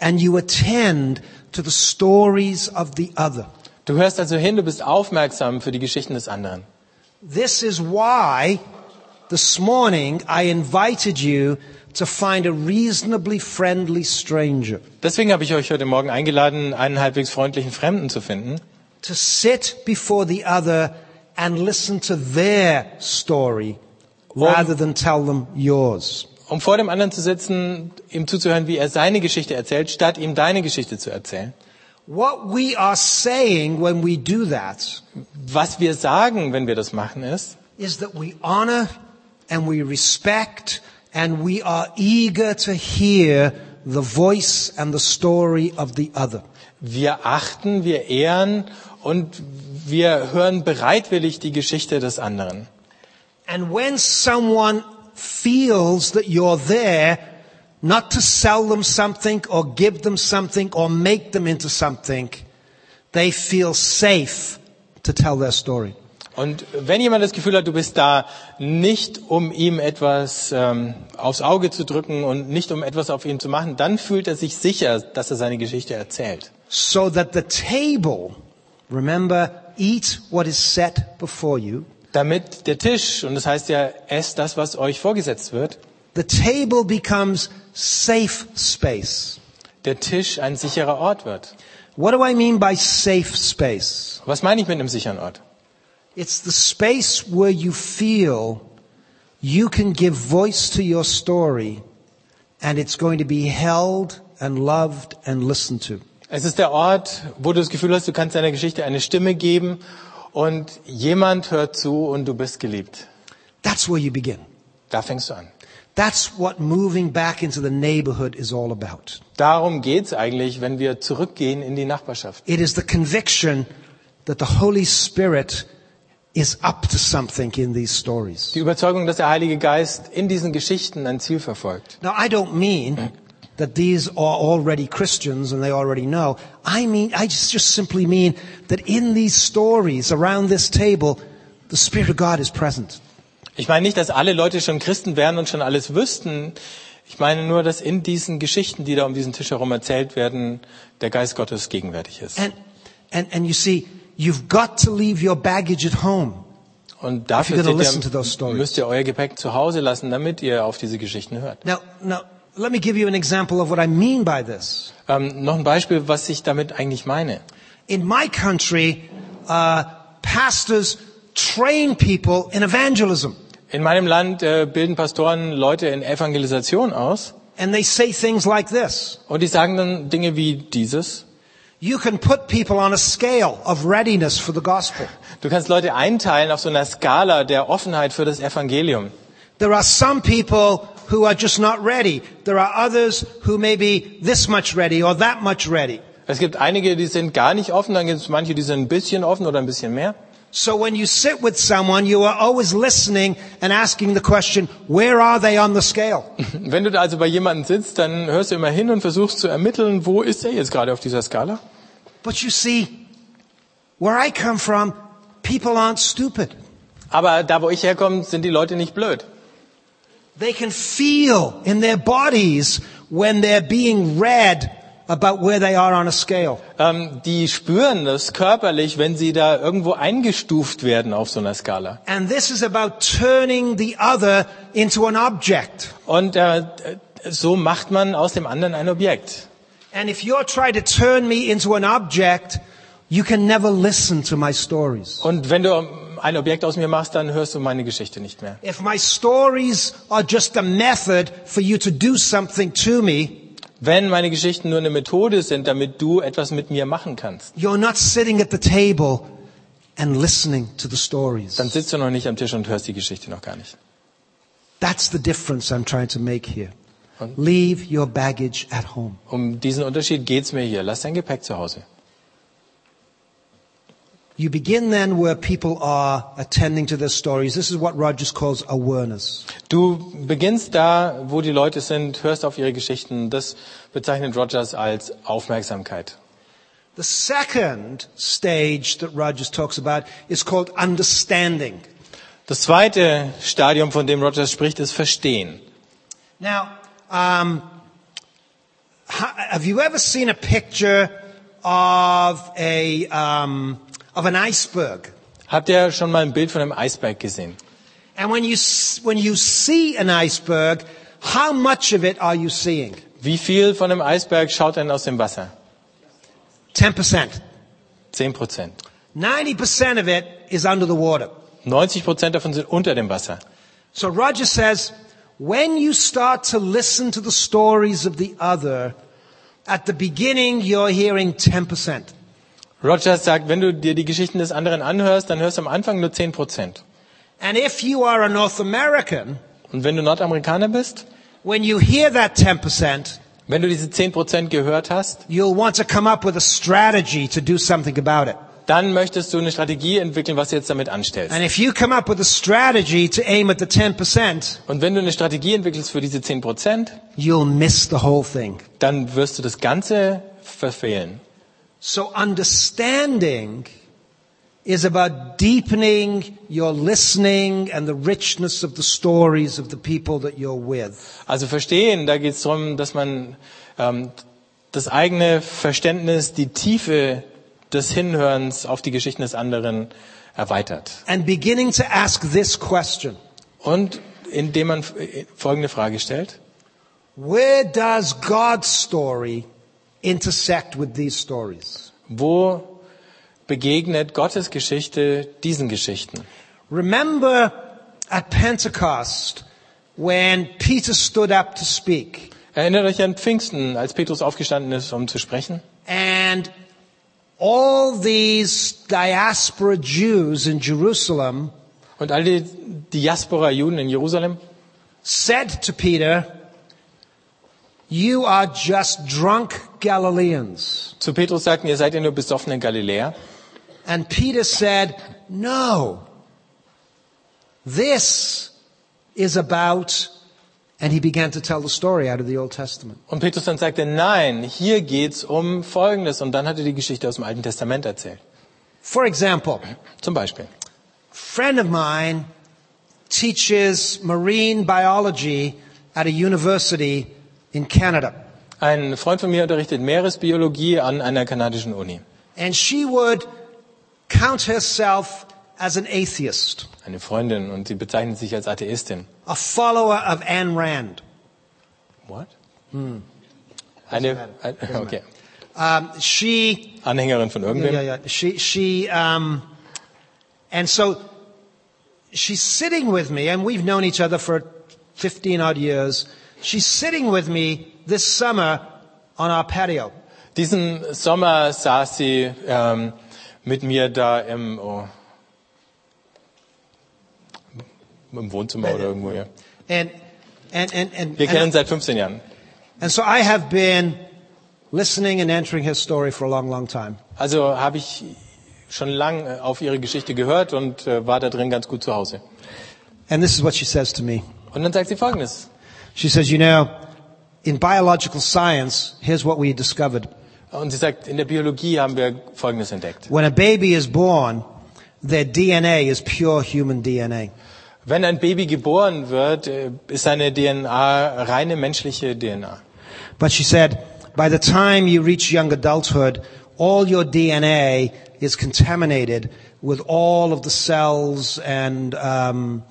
Speaker 1: and you attend to the stories of the other.
Speaker 2: Du hörst also hin, du bist aufmerksam für die Geschichten des anderen.
Speaker 1: This is why this morning I invited you to find a reasonably friendly stranger,
Speaker 2: Deswegen habe ich euch heute Morgen eingeladen, einen halbwegs freundlichen Fremden zu finden,
Speaker 1: to sit before the other and listen to their story rather than tell them yours.
Speaker 2: um vor dem anderen zu sitzen, ihm zuzuhören, wie er seine Geschichte erzählt, statt ihm deine Geschichte zu erzählen.
Speaker 1: What we are saying when we do that
Speaker 2: Was wir sagen, wenn wir das machen, ist,
Speaker 1: is that we honor and we respect and we are eager to hear the voice and the story of the other.
Speaker 2: wir achten, wir ehren und wir hören bereitwillig die Geschichte des anderen.
Speaker 1: And when someone feels that you're there, not to sell them something or give them something or make them into something, they feel safe to tell their story.
Speaker 2: Und wenn jemand das Gefühl hat, du bist da nicht, um ihm etwas ähm, aufs Auge zu drücken und nicht um etwas auf ihn zu machen, dann fühlt er sich sicher, dass er seine Geschichte erzählt.
Speaker 1: So that the table, remember, eat what is set before you.
Speaker 2: Damit der Tisch, und das heißt ja, esst das, was euch vorgesetzt wird,
Speaker 1: The table becomes safe space.
Speaker 2: der Tisch ein sicherer Ort wird.
Speaker 1: What do I mean by safe space?
Speaker 2: Was meine ich mit einem sicheren Ort?
Speaker 1: It's the space where you feel you can give voice to your story and it's going to be held and loved and listened to.
Speaker 2: Es ist der Ort, wo du das Gefühl hast, du kannst deiner Geschichte eine Stimme geben und jemand hört zu und du bist geliebt.
Speaker 1: That's where you begin.
Speaker 2: Da fängst du an.
Speaker 1: That's what moving back into the neighborhood is all about.
Speaker 2: Darum geht's eigentlich, wenn wir zurückgehen in die Nachbarschaft.
Speaker 1: It is the conviction that the Holy Spirit is up to something in these stories.
Speaker 2: Die Überzeugung, dass der Heilige Geist in diesen Geschichten ein Ziel verfolgt.
Speaker 1: Now, I don't mean that these are already Christians and they already know. I mean, I just, just simply mean that in these stories around this table, the Spirit of God is present.
Speaker 2: Ich meine nicht, dass alle Leute schon Christen wären und schon alles wüssten. Ich meine nur, dass in diesen Geschichten, die da um diesen Tisch herum erzählt werden, der Geist Gottes gegenwärtig ist.
Speaker 1: And, and, and you see, you've got to leave your baggage at home.
Speaker 2: Und
Speaker 1: If
Speaker 2: dafür
Speaker 1: you're gonna listen to
Speaker 2: seht
Speaker 1: those
Speaker 2: ihr,
Speaker 1: stories.
Speaker 2: müsst ihr euer Gepäck zu Hause lassen, damit ihr auf diese Geschichten hört.
Speaker 1: Now, now, let me give you an example of what I mean by this.
Speaker 2: Ähm, noch ein Beispiel, was ich damit eigentlich meine.
Speaker 1: In my country, uh, pastors train people in evangelism.
Speaker 2: In meinem Land äh, bilden Pastoren Leute in Evangelisation aus
Speaker 1: And they say things like this.
Speaker 2: und die sagen dann Dinge wie dieses.
Speaker 1: You can put people on a scale of readiness for the gospel.
Speaker 2: Du kannst Leute einteilen auf so einer Skala der Offenheit für das Evangelium.
Speaker 1: There are some people who are just not ready. There are others who may be this much ready or that much ready.
Speaker 2: Es gibt einige, die sind gar nicht offen, dann gibt es manche, die sind ein bisschen offen oder ein bisschen mehr.
Speaker 1: So when you sit with someone, you are always listening and asking the question, where are they on the scale?
Speaker 2: Wenn du da also bei jemandem sitzt, dann hörst du immer hin und versuchst zu ermitteln, wo ist er jetzt gerade auf dieser Skala?
Speaker 1: But you see, where I come from, people aren't stupid.
Speaker 2: Aber da, wo ich herkomme, sind die Leute nicht blöd.
Speaker 1: They can feel in their bodies when they're being read about where they are on a scale.
Speaker 2: Ähm, die spüren das körperlich, wenn sie da irgendwo eingestuft werden auf so einer Skala.
Speaker 1: And this is about turning the other into an object.
Speaker 2: Und äh, so macht man aus dem anderen ein Objekt.
Speaker 1: And if you're trying to turn me into an object, you can never listen to my stories.
Speaker 2: Und wenn du ein Objekt aus mir machst, dann hörst du meine Geschichte nicht mehr.
Speaker 1: If my stories are just a method for you to do something to me,
Speaker 2: Wenn meine Geschichten nur eine Methode sind, damit du etwas mit mir machen kannst,
Speaker 1: you're not sitting at the table and listening to the stories.
Speaker 2: dann sitzt du noch nicht am Tisch und hörst die Geschichte noch gar nicht.
Speaker 1: That's the difference I'm trying to make here. Leave your baggage at home.
Speaker 2: Um diesen Unterschied geht's mir hier. Lass dein Gepäck zu Hause.
Speaker 1: You begin then where people are attending to their stories. This is what Rogers calls awareness.
Speaker 2: Du beginnst da, wo die Leute sind, hörst auf ihre Geschichten. Das bezeichnet Rogers als Aufmerksamkeit.
Speaker 1: The second stage that Rogers talks about is called understanding.
Speaker 2: Das zweite Stadium, von dem Rogers spricht, ist Verstehen.
Speaker 1: Now, um, ha- have you ever seen a picture of a um, of an iceberg?
Speaker 2: Habt ihr schon mal ein Bild von einem Eisberg gesehen?
Speaker 1: And when you s- when you see an iceberg, how much of it are you seeing?
Speaker 2: Wie viel von einem Eisberg schaut denn aus dem Wasser?
Speaker 1: Ten percent.
Speaker 2: 10 Prozent.
Speaker 1: 90% of it is under the water.
Speaker 2: 90 Prozent davon sind unter dem Wasser.
Speaker 1: So Roger says, when you start to listen to the stories of the other, at the beginning you're hearing 10%.
Speaker 2: Rogers sagt, wenn du dir die Geschichten des anderen anhörst, dann hörst du am Anfang nur 10 Prozent.
Speaker 1: And if you are a North American,
Speaker 2: Und wenn du Nordamerikaner bist,
Speaker 1: when you hear that 10%,
Speaker 2: wenn du diese 10 Prozent gehört hast,
Speaker 1: you'll want to come up with a strategy to do something about it.
Speaker 2: dann möchtest du eine Strategie entwickeln, was du jetzt damit anstellst.
Speaker 1: And if you come up with a strategy to aim at the 10%,
Speaker 2: Und wenn du eine Strategie entwickelst für diese 10 Prozent,
Speaker 1: you'll miss the whole thing.
Speaker 2: dann wirst du das Ganze verfehlen.
Speaker 1: So understanding is about deepening your listening and the richness of the stories of the people that you're with.
Speaker 2: Also verstehen, da geht es darum, dass man ähm, das eigene Verständnis, die Tiefe des Hinhörens auf die Geschichten des anderen erweitert.
Speaker 1: And beginning to ask this question.
Speaker 2: Und indem man äh, folgende Frage stellt.
Speaker 1: Where does God's story intersect with these stories?
Speaker 2: Wo begegnet Gottes Geschichte diesen Geschichten?
Speaker 1: Remember at Pentecost when Peter stood up to speak
Speaker 2: Erinnert euch an Pfingsten, als Petrus aufgestanden ist, um zu sprechen.
Speaker 1: and all these diaspora Jews in Jerusalem
Speaker 2: Und all die Diaspora-Juden in Jerusalem
Speaker 1: said to Peter, You are just drunk Galileans.
Speaker 2: zu Petrus sagten, ihr seid ja nur besoffene Galiläer.
Speaker 1: And Peter said, No, this is about, and he began to tell the story out of the Old Testament.
Speaker 2: Und Petrus dann sagte, nein, hier geht's um Folgendes. Und dann hat er die Geschichte aus dem Alten Testament erzählt.
Speaker 1: For example,
Speaker 2: Zum Beispiel.
Speaker 1: a friend of mine teaches marine biology at a university in Canada.
Speaker 2: Ein Freund von mir unterrichtet Meeresbiologie an einer kanadischen Uni.
Speaker 1: And she would count herself as an atheist,
Speaker 2: Eine Freundin und sie bezeichnet sich als Atheistin.
Speaker 1: a follower of Ayn Rand.
Speaker 2: What? Eine, ein, okay.
Speaker 1: Um, she,
Speaker 2: Anhängerin von
Speaker 1: yeah, yeah,
Speaker 2: irgendwem.
Speaker 1: yeah. she, she, um, and so she's sitting with me, and we've known each other for 15 odd years. She's sitting with me this summer on our patio.
Speaker 2: Diesen Sommer saß sie ähm, mit mir da im, oh, im Wohnzimmer oder irgendwo. Ja.
Speaker 1: And, and, and, and,
Speaker 2: Wir kennen uns
Speaker 1: and,
Speaker 2: seit 15 Jahren.
Speaker 1: and so I have been listening and entering her story for a long, long time.
Speaker 2: Also habe ich schon lang äh, auf ihre Geschichte gehört und äh, war da drin ganz gut zu Hause.
Speaker 1: And this is what she says to me.
Speaker 2: Und dann sagt sie Folgendes.
Speaker 1: She says, you know, in biological science, here's what we discovered.
Speaker 2: Und sie sagt, in der Biologie haben wir Folgendes entdeckt.
Speaker 1: When a baby is born, their DNA is pure human DNA.
Speaker 2: Wenn ein Baby geboren wird, äh, ist seine DNA reine menschliche DNA.
Speaker 1: But she said, by the time you reach young adulthood, all your DNA is contaminated with all of the cells and um,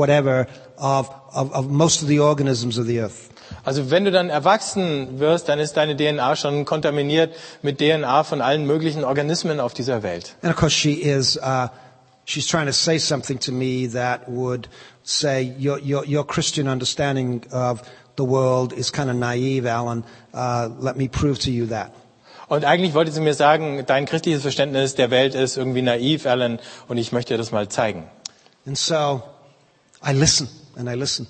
Speaker 1: whatever of, of, of most of the organisms of the earth.
Speaker 2: Also wenn du dann erwachsen wirst, dann ist deine DNA schon kontaminiert mit DNA von allen möglichen Organismen auf dieser Welt.
Speaker 1: And of course, she is. Uh, she's trying to say something to me that would say your your, your Christian understanding of the world is kind of naive, Alan. Uh, let me prove to you that.
Speaker 2: Und eigentlich wollte sie mir sagen, dein christliches Verständnis der Welt ist irgendwie naiv, Alan, und ich möchte dir das mal zeigen.
Speaker 1: And so, I listen and I listen,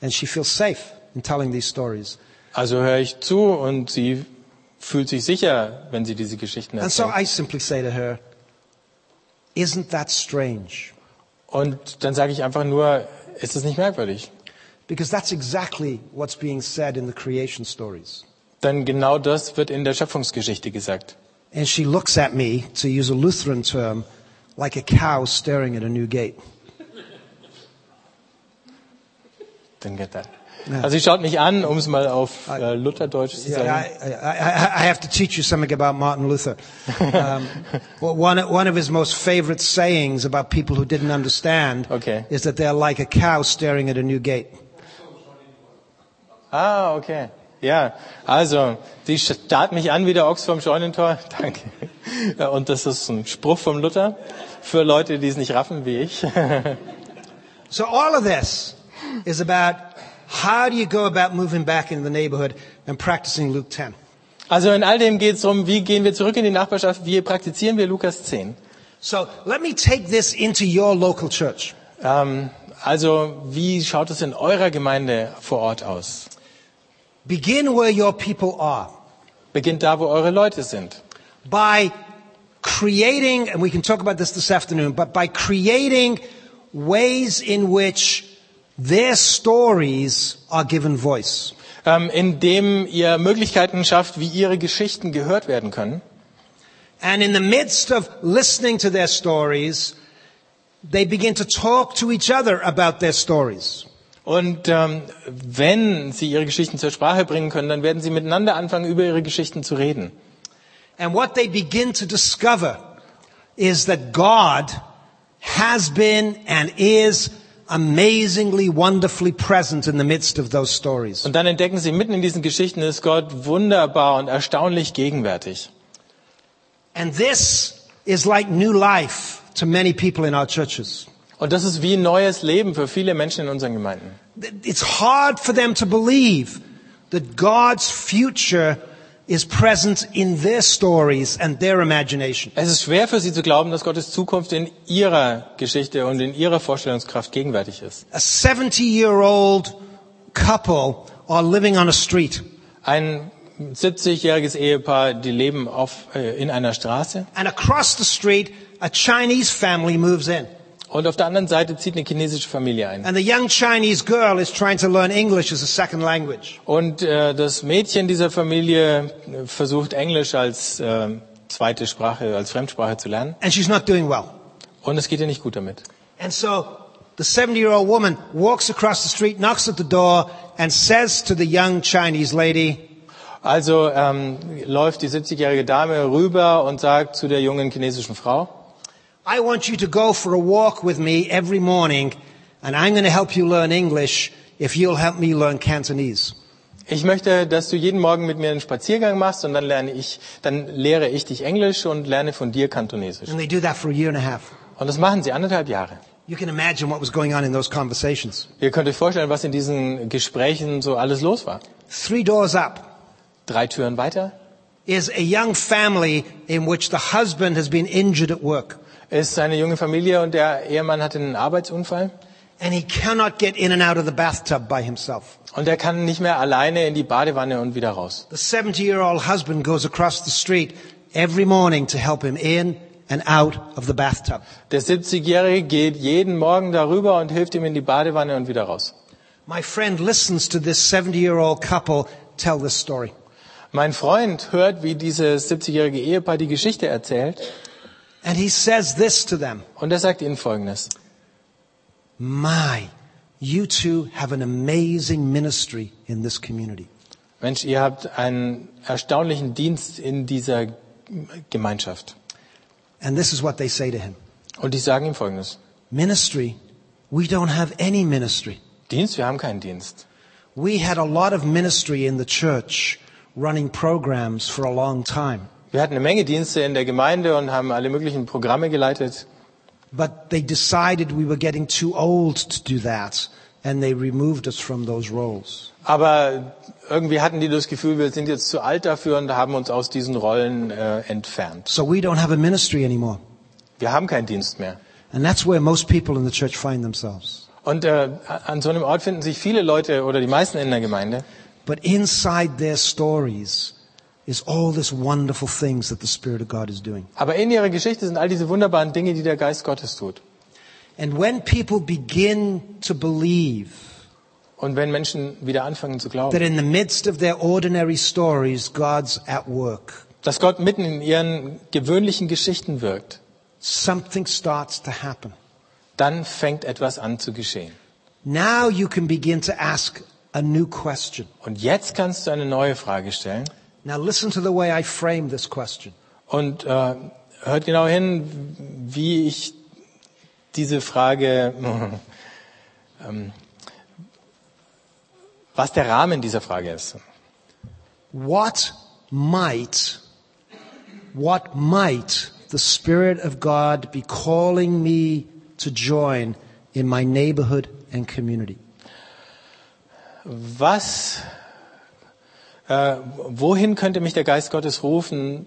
Speaker 1: and she feels safe in telling these stories.
Speaker 2: Also höre ich zu und sie fühlt sich sicher, wenn sie diese Geschichten
Speaker 1: And so
Speaker 2: erzählt.
Speaker 1: I simply say to her, "Isn't that strange?"
Speaker 2: Und dann sage ich einfach nur, ist es nicht merkwürdig?
Speaker 1: Because that's exactly what's being said in the creation stories.
Speaker 2: Denn genau das wird in der Schöpfungsgeschichte gesagt.
Speaker 1: And she looks at me, to use a Lutheran term, like a cow staring at a new gate.
Speaker 2: Dann geht das. Also sie schaut mich an, um es mal auf äh, Lutherdeutsch zu sagen.
Speaker 1: Yeah, I, I, I- I have to teach you something about Martin Luther. Um, well, one, one of his most favorite sayings about people who didn't understand
Speaker 2: Okay.
Speaker 1: is that they're like a cow staring at a new gate.
Speaker 2: Ah, okay. Ja, also, sie starrt mich an wie der Ochs vom Scheunentor. Danke. Ja, Und das ist ein Spruch vom Luther für Leute, die es nicht raffen wie ich.
Speaker 1: So all of this is about how do you go about moving back into the neighborhood and practicing Luke 10.
Speaker 2: Also in all dem geht es darum, wie gehen wir zurück in die Nachbarschaft, wie praktizieren wir Lukas 10.
Speaker 1: So let me take this into your local church.
Speaker 2: Ähm, also, wie schaut es in eurer Gemeinde vor Ort aus?
Speaker 1: Begin where your people are.
Speaker 2: Beginnt da, wo eure Leute sind.
Speaker 1: by creating, and we can talk about this this afternoon, but by creating ways in which their stories are given voice.
Speaker 2: Ähm, indem ihr Möglichkeiten schafft, wie ihre Geschichten gehört werden können.
Speaker 1: And in the midst of listening to their stories, they begin to talk to each other about their stories.
Speaker 2: Und ähm, wenn sie ihre Geschichten zur Sprache bringen können, dann werden sie miteinander anfangen, über ihre Geschichten zu reden.
Speaker 1: And what they begin to discover is that God has been and is amazingly, wonderfully present in the midst of those stories.
Speaker 2: Und dann entdecken sie mitten in diesen Geschichten ist Gott wunderbar und erstaunlich gegenwärtig.
Speaker 1: And this is like new life to many people in our churches.
Speaker 2: Und das ist wie ein neues Leben für viele Menschen in unseren Gemeinden.
Speaker 1: It's hard for them to believe that God's future is present in their stories and their imagination.
Speaker 2: Es ist schwer für sie zu glauben, dass Gottes Zukunft in ihrer Geschichte und in ihrer Vorstellungskraft gegenwärtig ist.
Speaker 1: A 70 year old couple are living on a street
Speaker 2: Ein 70-jähriges Ehepaar, die leben auf, äh, in einer Straße
Speaker 1: and across the street a Chinese family moves in
Speaker 2: und auf der anderen Seite zieht eine chinesische Familie ein.
Speaker 1: and the young Chinese girl is trying to learn English as a second language.
Speaker 2: Und äh, das Mädchen dieser Familie äh, versucht Englisch als äh, zweite Sprache, als Fremdsprache zu lernen.
Speaker 1: And she's not doing well.
Speaker 2: Und es geht ihr nicht gut damit.
Speaker 1: And so the 70 year old woman walks across the street, knocks at the door, and says to the young Chinese lady,
Speaker 2: Also ähm, läuft die 70-jährige Dame rüber und sagt zu der jungen chinesischen Frau,
Speaker 1: I want you to go for a walk with me every morning, and I'm going to help you learn English if you'll help me learn Cantonese.
Speaker 2: ich möchte, dass du jeden Morgen mit mir einen Spaziergang machst und dann lerne ich, dann lehre ich dich Englisch und lerne von dir Kantonesisch.
Speaker 1: And they do that for a year and a half.
Speaker 2: Und das machen sie anderthalb Jahre.
Speaker 1: You can imagine what was going on in those conversations.
Speaker 2: Ihr könnt euch vorstellen, was in diesen Gesprächen so alles los war.
Speaker 1: Three doors up
Speaker 2: Drei Türen weiter
Speaker 1: is a young family in which the husband has been injured at work,
Speaker 2: ist eine junge Familie und der Ehemann hatte einen Arbeitsunfall.
Speaker 1: and he cannot get in and out of the bathtub by himself.
Speaker 2: Und er kann nicht mehr alleine in die Badewanne und wieder raus.
Speaker 1: The 70 year old husband goes across the street every morning to help him in and out of the bathtub.
Speaker 2: Der 70-Jährige geht jeden Morgen darüber und hilft ihm in die Badewanne und wieder raus.
Speaker 1: My friend listens to this 70 year old couple tell this story.
Speaker 2: Mein Freund hört, wie dieses 70-jährige Ehepaar die Geschichte erzählt
Speaker 1: And he says this to them
Speaker 2: und er sagt ihnen Folgendes.
Speaker 1: My, you two have an amazing ministry in this community.
Speaker 2: Mensch, ihr habt einen erstaunlichen Dienst in dieser Gemeinschaft.
Speaker 1: And this is what they say to him.
Speaker 2: Und die sagen ihm Folgendes.
Speaker 1: Ministry. We don't have any ministry.
Speaker 2: Dienst, wir haben keinen Dienst.
Speaker 1: We had a lot of ministry in the church running programs for a long time,
Speaker 2: Wir hatten eine Menge Dienste in der Gemeinde und haben alle möglichen Programme geleitet.
Speaker 1: but they decided we were getting too old to do that and they removed us from those roles.
Speaker 2: Aber irgendwie hatten die das Gefühl, wir sind jetzt zu alt dafür und haben uns aus diesen Rollen äh, entfernt.
Speaker 1: So we don't have a ministry anymore.
Speaker 2: Wir haben keinen Dienst mehr.
Speaker 1: And that's where most people in the church find themselves.
Speaker 2: Und äh, an so einem Ort finden sich viele Leute oder die meisten in der Gemeinde.
Speaker 1: But inside their stories is all this wonderful things that the Spirit of God is doing.
Speaker 2: Aber in ihrer Geschichte sind all diese wunderbaren Dinge, die der Geist Gottes tut.
Speaker 1: And when people begin to believe
Speaker 2: Und wenn Menschen wieder anfangen zu
Speaker 1: that
Speaker 2: glauben,
Speaker 1: in the midst of their ordinary stories, God's at work,
Speaker 2: dass Gott mitten in ihren gewöhnlichen Geschichten wirkt,
Speaker 1: something starts to happen.
Speaker 2: dann fängt etwas an zu geschehen.
Speaker 1: Now you can begin to ask a new question.
Speaker 2: Und jetzt kannst du eine neue Frage stellen.
Speaker 1: Now listen to the way I frame this question.
Speaker 2: Und äh, hört genau hin, wie ich diese Frage, ähm, was der Rahmen dieser Frage ist.
Speaker 1: What might, what might the Spirit of God be calling me to join in my neighborhood and community?
Speaker 2: Was, äh, wohin könnte mich der Geist Gottes rufen,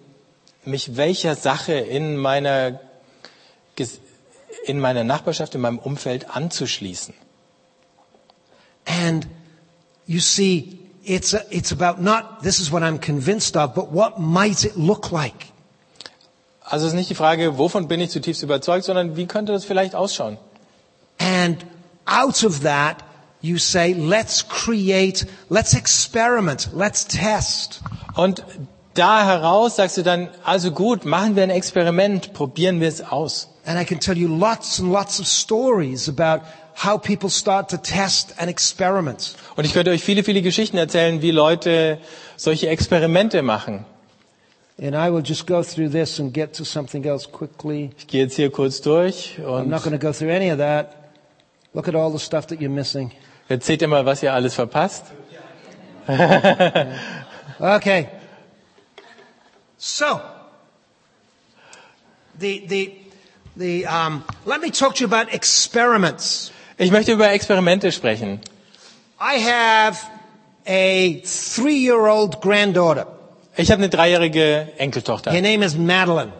Speaker 2: mich welcher Sache in meiner, Ges- in meiner Nachbarschaft, in meinem Umfeld anzuschließen?
Speaker 1: And you see, it's, a, it's about not, this is what I'm convinced of, but what might it look like?
Speaker 2: Also es ist nicht die Frage, wovon bin ich zutiefst überzeugt, sondern wie könnte das vielleicht ausschauen?
Speaker 1: And out of that, you say, let's create, let's experiment, let's test.
Speaker 2: Und da heraus sagst du dann, also gut, machen wir ein Experiment, probieren wir es aus.
Speaker 1: And I can tell you lots and lots of stories about how people start to test and experiment.
Speaker 2: Und ich könnte euch viele, viele Geschichten erzählen, wie Leute solche Experimente machen.
Speaker 1: And I will just go through this and get to something else quickly.
Speaker 2: Ich gehe jetzt hier kurz durch
Speaker 1: I'm
Speaker 2: und
Speaker 1: not going to go through any of that. Look at all the stuff that you're missing.
Speaker 2: erzählt ihr mal, was ihr alles verpasst.
Speaker 1: Okay. So, the, the, the, um, let me talk to you about experiments.
Speaker 2: Ich möchte über Experimente sprechen.
Speaker 1: I have a three-year-old granddaughter.
Speaker 2: Ich habe eine dreijährige Enkeltochter.
Speaker 1: Her name is Madeline,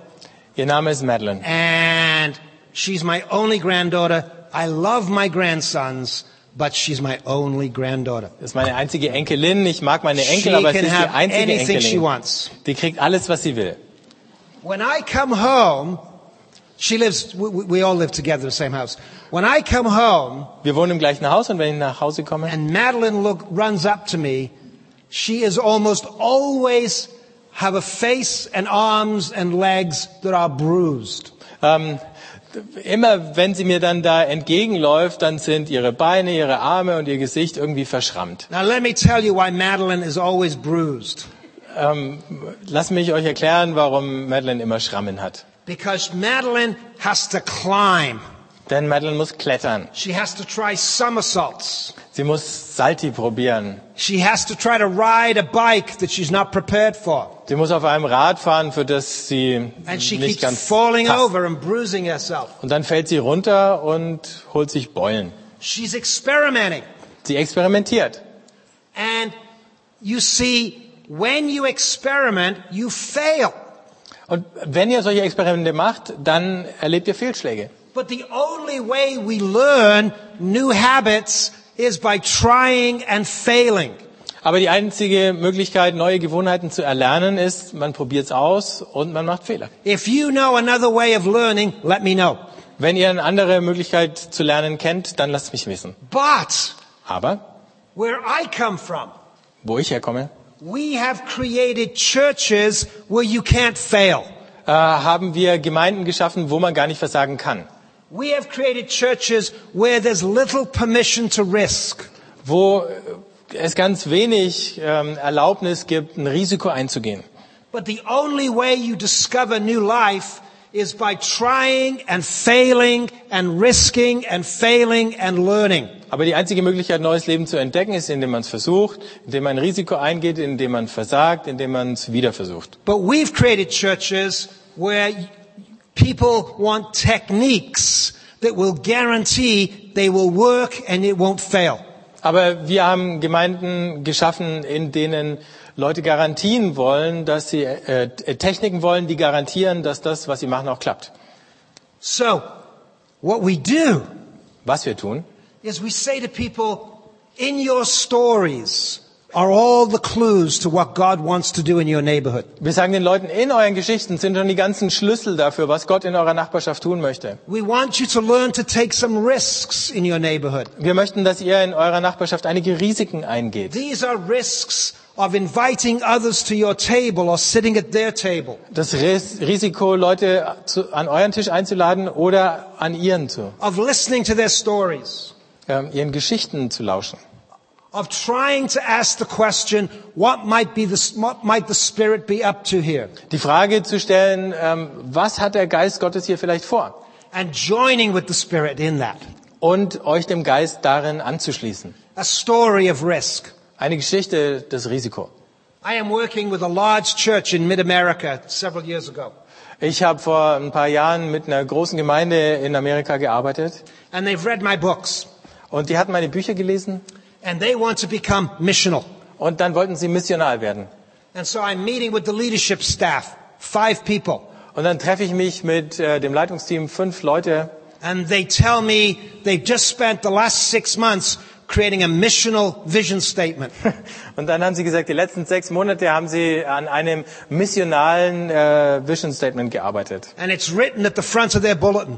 Speaker 2: Ihr Name ist Madeline.
Speaker 1: and she's my only granddaughter. I love my grandsons, but she's my only granddaughter.
Speaker 2: Das ist meine einzige Enkelin. Ich mag meine
Speaker 1: She
Speaker 2: Enkel, aber sie
Speaker 1: can
Speaker 2: ist die
Speaker 1: have
Speaker 2: einzige
Speaker 1: anything she
Speaker 2: Enkelin.
Speaker 1: wants.
Speaker 2: Die kriegt alles, was sie will.
Speaker 1: When I come home, she lives. We, we we all live together in the same house. When I come home,
Speaker 2: Wir wohnen im gleichen Haus und wenn ich nach Hause komme,
Speaker 1: and Madeline look, runs up to me, she is almost always have a face and arms and legs that are bruised.
Speaker 2: Ähm, immer wenn sie mir dann da entgegenläuft, dann sind ihre Beine, ihre Arme und ihr Gesicht irgendwie verschrammt.
Speaker 1: Now let me tell you why Madeline is always bruised.
Speaker 2: Ähm, lass mich euch erklären, warum Madeline immer Schrammen hat.
Speaker 1: Because Madeline has to climb.
Speaker 2: Denn Madeline muss klettern.
Speaker 1: She has to try somersaults.
Speaker 2: Sie muss Salti probieren.
Speaker 1: She has to try to ride a bike that she's not prepared for.
Speaker 2: Sie muss auf einem Rad fahren, für das sie
Speaker 1: And she
Speaker 2: nicht
Speaker 1: keeps
Speaker 2: ganz
Speaker 1: falling
Speaker 2: passt.
Speaker 1: over and bruising herself.
Speaker 2: Und dann fällt sie runter und holt sich Beulen.
Speaker 1: She's experimenting.
Speaker 2: Sie experimentiert.
Speaker 1: And you see, when you experiment, you fail.
Speaker 2: Und wenn ihr solche Experimente macht, dann erlebt ihr Fehlschläge.
Speaker 1: But the only way we learn new habits is by trying and failing.
Speaker 2: Aber die einzige Möglichkeit, neue Gewohnheiten zu erlernen, ist, man probiert es aus und man macht Fehler.
Speaker 1: If you know another way of learning, let me know.
Speaker 2: Wenn ihr eine andere Möglichkeit zu lernen kennt, dann lasst mich wissen.
Speaker 1: But
Speaker 2: Aber
Speaker 1: where I come from,
Speaker 2: wo ich herkomme,
Speaker 1: we have created churches where you can't fail.
Speaker 2: äh, haben wir Gemeinden geschaffen, wo man gar nicht versagen kann.
Speaker 1: We have created churches where there's little permission to risk.
Speaker 2: Wo äh, es ganz wenig ähm, Erlaubnis gibt, ein Risiko einzugehen.
Speaker 1: But the only way you discover new life is by trying and failing and risking and failing and learning.
Speaker 2: Aber die einzige Möglichkeit, neues Leben zu entdecken, ist, indem man es versucht, indem man ein Risiko eingeht, indem man versagt, indem man es wieder versucht.
Speaker 1: But we've created churches where y- people want techniques that will guarantee they will work and it won't fail.
Speaker 2: Aber wir haben Gemeinden geschaffen, in denen Leute Garantien wollen, dass sie äh, äh, Techniken wollen, die garantieren, dass das, was sie machen, auch klappt.
Speaker 1: So, what we do
Speaker 2: Was wir tun,
Speaker 1: is we say to people, in your stories are all the clues to what God wants to do in your neighborhood.
Speaker 2: wir sagen den Leuten, in euren Geschichten sind schon die ganzen Schlüssel dafür, was Gott in eurer Nachbarschaft tun möchte.
Speaker 1: We want you to learn to take some risks in your neighborhood.
Speaker 2: Wir möchten, dass ihr in eurer Nachbarschaft einige Risiken eingeht.
Speaker 1: These are risks of inviting others to your table or sitting at their table,
Speaker 2: Das Ris Risiko, Leute zu, an euren Tisch einzuladen oder an ihren zu,
Speaker 1: of listening to their stories,
Speaker 2: ähm, ihren Geschichten zu lauschen.
Speaker 1: of trying to ask the question, what might be the, what might the Spirit be up to here?
Speaker 2: Die Frage zu stellen, ähm, was hat der Geist Gottes hier vielleicht vor?
Speaker 1: And joining with the Spirit in that.
Speaker 2: Und euch dem Geist darin anzuschließen.
Speaker 1: A story of risk.
Speaker 2: Eine Geschichte, das Risiko.
Speaker 1: I am working with a large church in mid-America several years ago.
Speaker 2: Ich habe vor ein paar Jahren mit einer großen Gemeinde in Amerika gearbeitet
Speaker 1: And they've read my books.
Speaker 2: und die hatten meine Bücher gelesen
Speaker 1: And they want to become missional.
Speaker 2: und dann wollten sie missionar werden.
Speaker 1: And so I'm meeting with the leadership staff, five people.
Speaker 2: Und dann treffe ich mich mit äh, dem Leitungsteam fünf Leute
Speaker 1: And they tell me they've just spent the last six months creating a missional vision statement.
Speaker 2: Und dann haben sie gesagt, die letzten sechs Monate haben sie an einem missionalen äh, Vision Statement gearbeitet.
Speaker 1: And it's written at the front of their bulletin.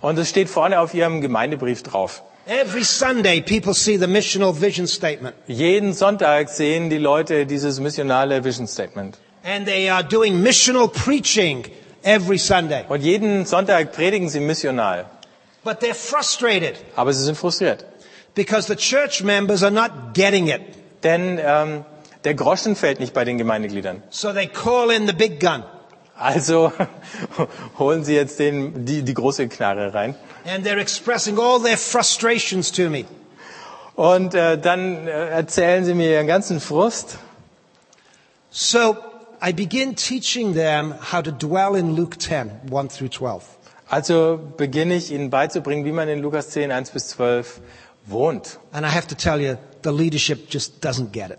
Speaker 2: Und es steht vorne auf ihrem Gemeindebrief drauf.
Speaker 1: Every Sunday, people see the missional vision statement.
Speaker 2: Jeden Sonntag sehen die Leute dieses missionale Vision Statement.
Speaker 1: And they are doing missional preaching every Sunday.
Speaker 2: Und jeden Sonntag predigen sie missional.
Speaker 1: But they're frustrated
Speaker 2: Aber sie sind frustriert.
Speaker 1: because the church members are not getting it.
Speaker 2: Denn ähm, der Groschen fällt nicht bei den Gemeindegliedern.
Speaker 1: So they call in the big gun.
Speaker 2: Also holen sie jetzt den, die, die große Knarre rein.
Speaker 1: And they're expressing all their frustrations to me.
Speaker 2: Und äh, dann äh, erzählen sie mir ihren ganzen Frust.
Speaker 1: So I begin teaching them how to dwell in Luke 10, 1 through 12.
Speaker 2: Also beginne ich Ihnen beizubringen, wie man in Lukas 10, 1 bis 12 wohnt.
Speaker 1: And I have to tell you, the leadership just doesn't get it.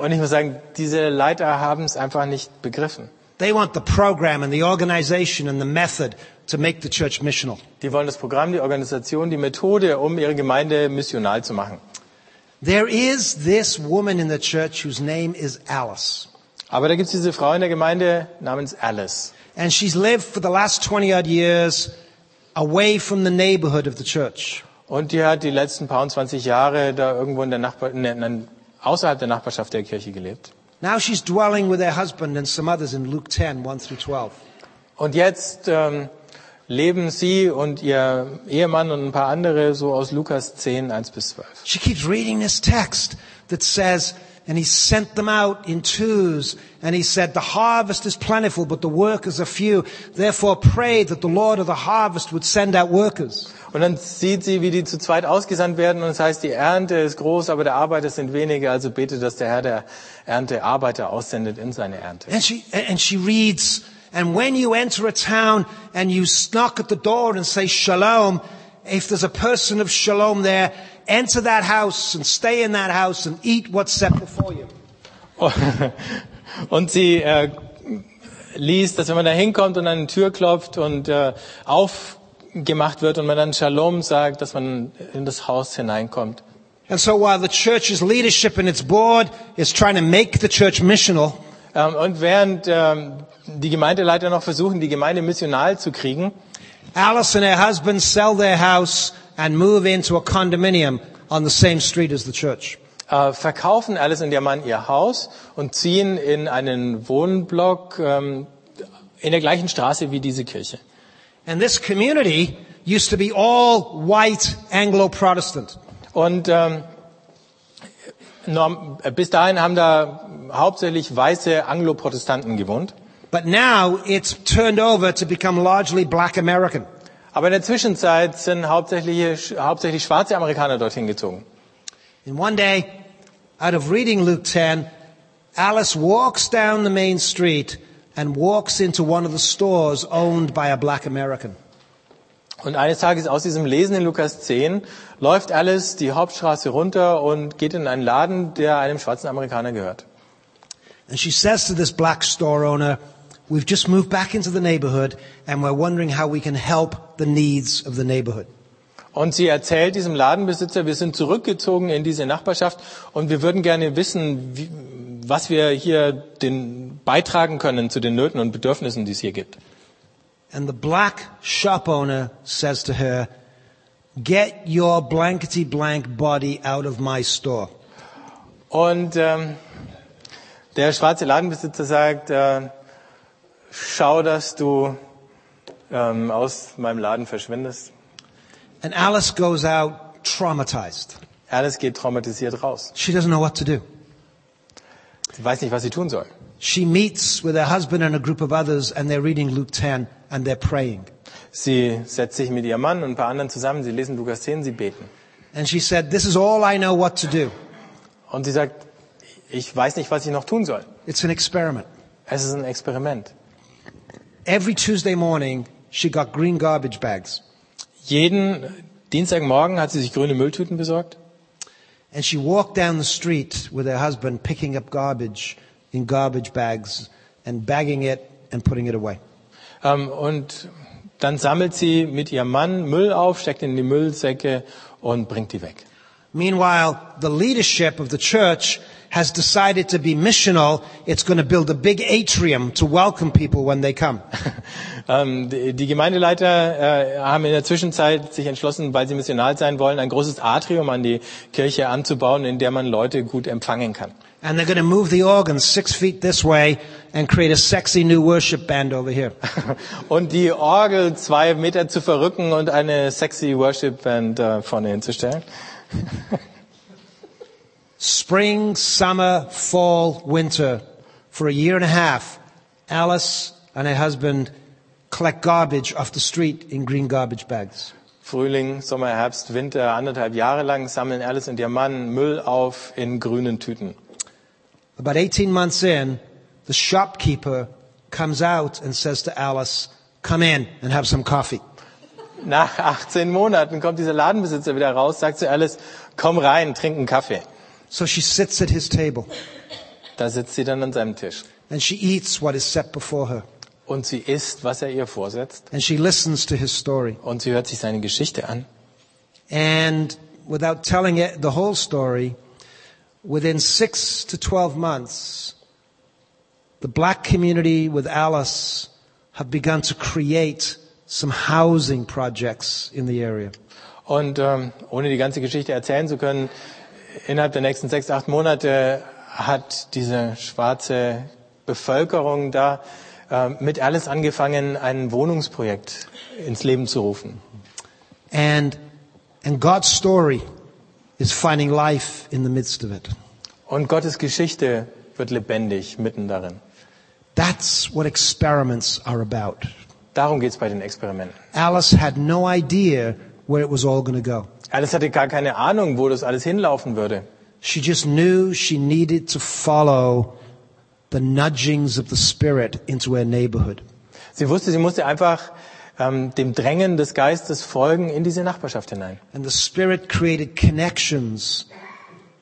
Speaker 2: Und ich muss sagen, diese Leiter haben es einfach nicht begriffen.
Speaker 1: They want the program and the organization and the method to make the church missional.
Speaker 2: Die wollen das Programm, die Organisation, die Methode, um ihre Gemeinde missional zu machen.
Speaker 1: There is this woman in the church whose name is Alice.
Speaker 2: Aber da gibt es diese Frau in der Gemeinde namens Alice.
Speaker 1: And she's lived for the last 20 odd years away from the neighborhood of the church.
Speaker 2: Und die hat die letzten paar und 20 Jahre da irgendwo in der Nachbar ne, ne, außerhalb der Nachbarschaft der Kirche gelebt.
Speaker 1: Now she's dwelling with her husband and some others in Luke 10, 1 through 12.
Speaker 2: Und jetzt ähm, leben sie und ihr Ehemann und ein paar andere so aus Lukas 10, 1 bis 12.
Speaker 1: She keeps reading this text that says, and he sent them out in twos, and he said, the harvest is plentiful, but the workers are few. Therefore pray that the Lord of the harvest would send out workers.
Speaker 2: Und dann sieht sie, wie die zu zweit ausgesandt werden und es heißt, die Ernte ist groß, aber der Arbeiter sind wenige, also bete, dass der Herr der Ernte Arbeiter aussendet in seine Ernte.
Speaker 1: And she, and she reads, and when you enter a town and you knock at the door and say shalom, if there's a person of shalom there, enter that house and stay in that house and eat what's set before you.
Speaker 2: Und sie äh, liest, dass wenn man da hinkommt und an die Tür klopft und äh, aufgemacht wird und man dann Shalom sagt, dass man in das Haus hineinkommt.
Speaker 1: And so while the church's leadership and its board is trying to make the church missional,
Speaker 2: Ähm, und während ähm, die Gemeindeleiter noch versuchen, die Gemeinde missional zu kriegen,
Speaker 1: Alice and her husband sell their house and move into a condominium on the same street as the church.
Speaker 2: äh, verkaufen Alice und ihr Mann ihr Haus und ziehen in einen Wohnblock ähm, in der gleichen Straße wie diese Kirche.
Speaker 1: And this community used to be all white Anglo-Protestant.
Speaker 2: Und ähm, Norm, äh, bis dahin haben da hauptsächlich weiße Anglo-Protestanten gewohnt.
Speaker 1: But now it's turned over to become largely black American.
Speaker 2: Aber in der Zwischenzeit sind hauptsächlich, hauptsächlich schwarze Amerikaner dorthin gezogen.
Speaker 1: And one day, out of reading Luke 10, Alice walks down the main street and walks into one of the stores owned by a black American.
Speaker 2: Und eines Tages aus diesem Lesen in Lukas 10 läuft Alice die Hauptstraße runter und geht in einen Laden, der einem schwarzen Amerikaner gehört.
Speaker 1: And she says to this black store owner, We've just moved back into the neighborhood and we're wondering how we can help the needs of the neighborhood.
Speaker 2: Und sie erzählt diesem Ladenbesitzer, wir sind zurückgezogen in diese Nachbarschaft und wir würden gerne wissen, wie, was wir hier den, beitragen können zu den Nöten und Bedürfnissen, die es hier gibt.
Speaker 1: And the black shop owner says to her, Get your blankety blank body out of my store.
Speaker 2: Und ähm, der schwarze Ladenbesitzer sagt, äh, schau, dass du ähm, aus meinem Laden verschwindest.
Speaker 1: And Alice goes out traumatized.
Speaker 2: Alice geht traumatisiert raus.
Speaker 1: She doesn't know what to do.
Speaker 2: Sie weiß nicht, was sie tun soll.
Speaker 1: She meets with her husband and a group of others and they're reading Luke 10 and they're praying.
Speaker 2: Sie setzt sich mit ihrem Mann und ein paar anderen zusammen, sie lesen Lukas 10, sie beten.
Speaker 1: And she said, this is all I know what to do.
Speaker 2: Und sie sagt, ich weiß nicht, was ich noch tun soll.
Speaker 1: It's an experiment.
Speaker 2: Es ist ein Experiment.
Speaker 1: Every Tuesday morning, she got green garbage bags
Speaker 2: Jeden Dienstagmorgen hat sie sich grüne Mülltüten besorgt
Speaker 1: and she walked down the street with her husband picking up garbage in garbage bags and bagging it and putting it away.
Speaker 2: ähm, und dann sammelt sie mit ihrem Mann Müll auf, steckt ihn in die Müllsäcke und bringt die weg.
Speaker 1: Meanwhile, the leadership of the church has decided to be missional. It's going to build a big atrium to welcome people when they come.
Speaker 2: Ähm, die, die Gemeindeleiter äh, haben in der Zwischenzeit sich entschlossen, weil sie missional sein wollen, ein großes Atrium an die Kirche anzubauen, in der man Leute gut empfangen kann.
Speaker 1: And they're going to move the organs six feet this way and create a sexy new worship band over here.
Speaker 2: Und die Orgel zwei Meter zu verrücken und eine sexy Worship-Band äh, vorne hinzustellen.
Speaker 1: Spring, summer, fall, winter. For a year and a half, Alice and her husband collect garbage off the street in green garbage bags.
Speaker 2: Frühling, Sommer, Herbst, Winter, anderthalb Jahre lang sammeln Alice und ihr Mann Müll auf in grünen Tüten.
Speaker 1: About 18 months in, the shopkeeper comes out and says to Alice, come in and have some coffee.
Speaker 2: Nach 18 Monaten kommt dieser Ladenbesitzer wieder raus, sagt zu Alice, komm rein, trink einen Kaffee.
Speaker 1: So she sits at his table
Speaker 2: Da sitzt sie dann an seinem Tisch.
Speaker 1: and she eats what is set before her
Speaker 2: Und sie isst, was er ihr vorsetzt.
Speaker 1: and she listens to his story.
Speaker 2: Und sie hört sich seine Geschichte an.
Speaker 1: And without telling it the whole story, within six to 12 months, the black community with Alice have begun to create some housing projects in the area.
Speaker 2: Und ähm, ohne die ganze Geschichte erzählen zu können, innerhalb der nächsten sechs, acht Monate hat diese schwarze Bevölkerung da ähm, mit Alice angefangen, ein Wohnungsprojekt ins Leben zu rufen.
Speaker 1: And, and God's story is finding life in the midst of it.
Speaker 2: Und Gottes Geschichte wird lebendig mitten darin.
Speaker 1: That's what experiments are about.
Speaker 2: Darum geht's bei den Experimenten.
Speaker 1: Alice had no idea where it was all going to go.
Speaker 2: Alice hatte gar keine Ahnung, wo das alles hinlaufen würde.
Speaker 1: She just knew she needed to follow the nudgings of the Spirit into her neighborhood.
Speaker 2: Sie wusste, sie musste einfach ähm, dem Drängen des Geistes folgen in diese Nachbarschaft hinein.
Speaker 1: And the Spirit created connections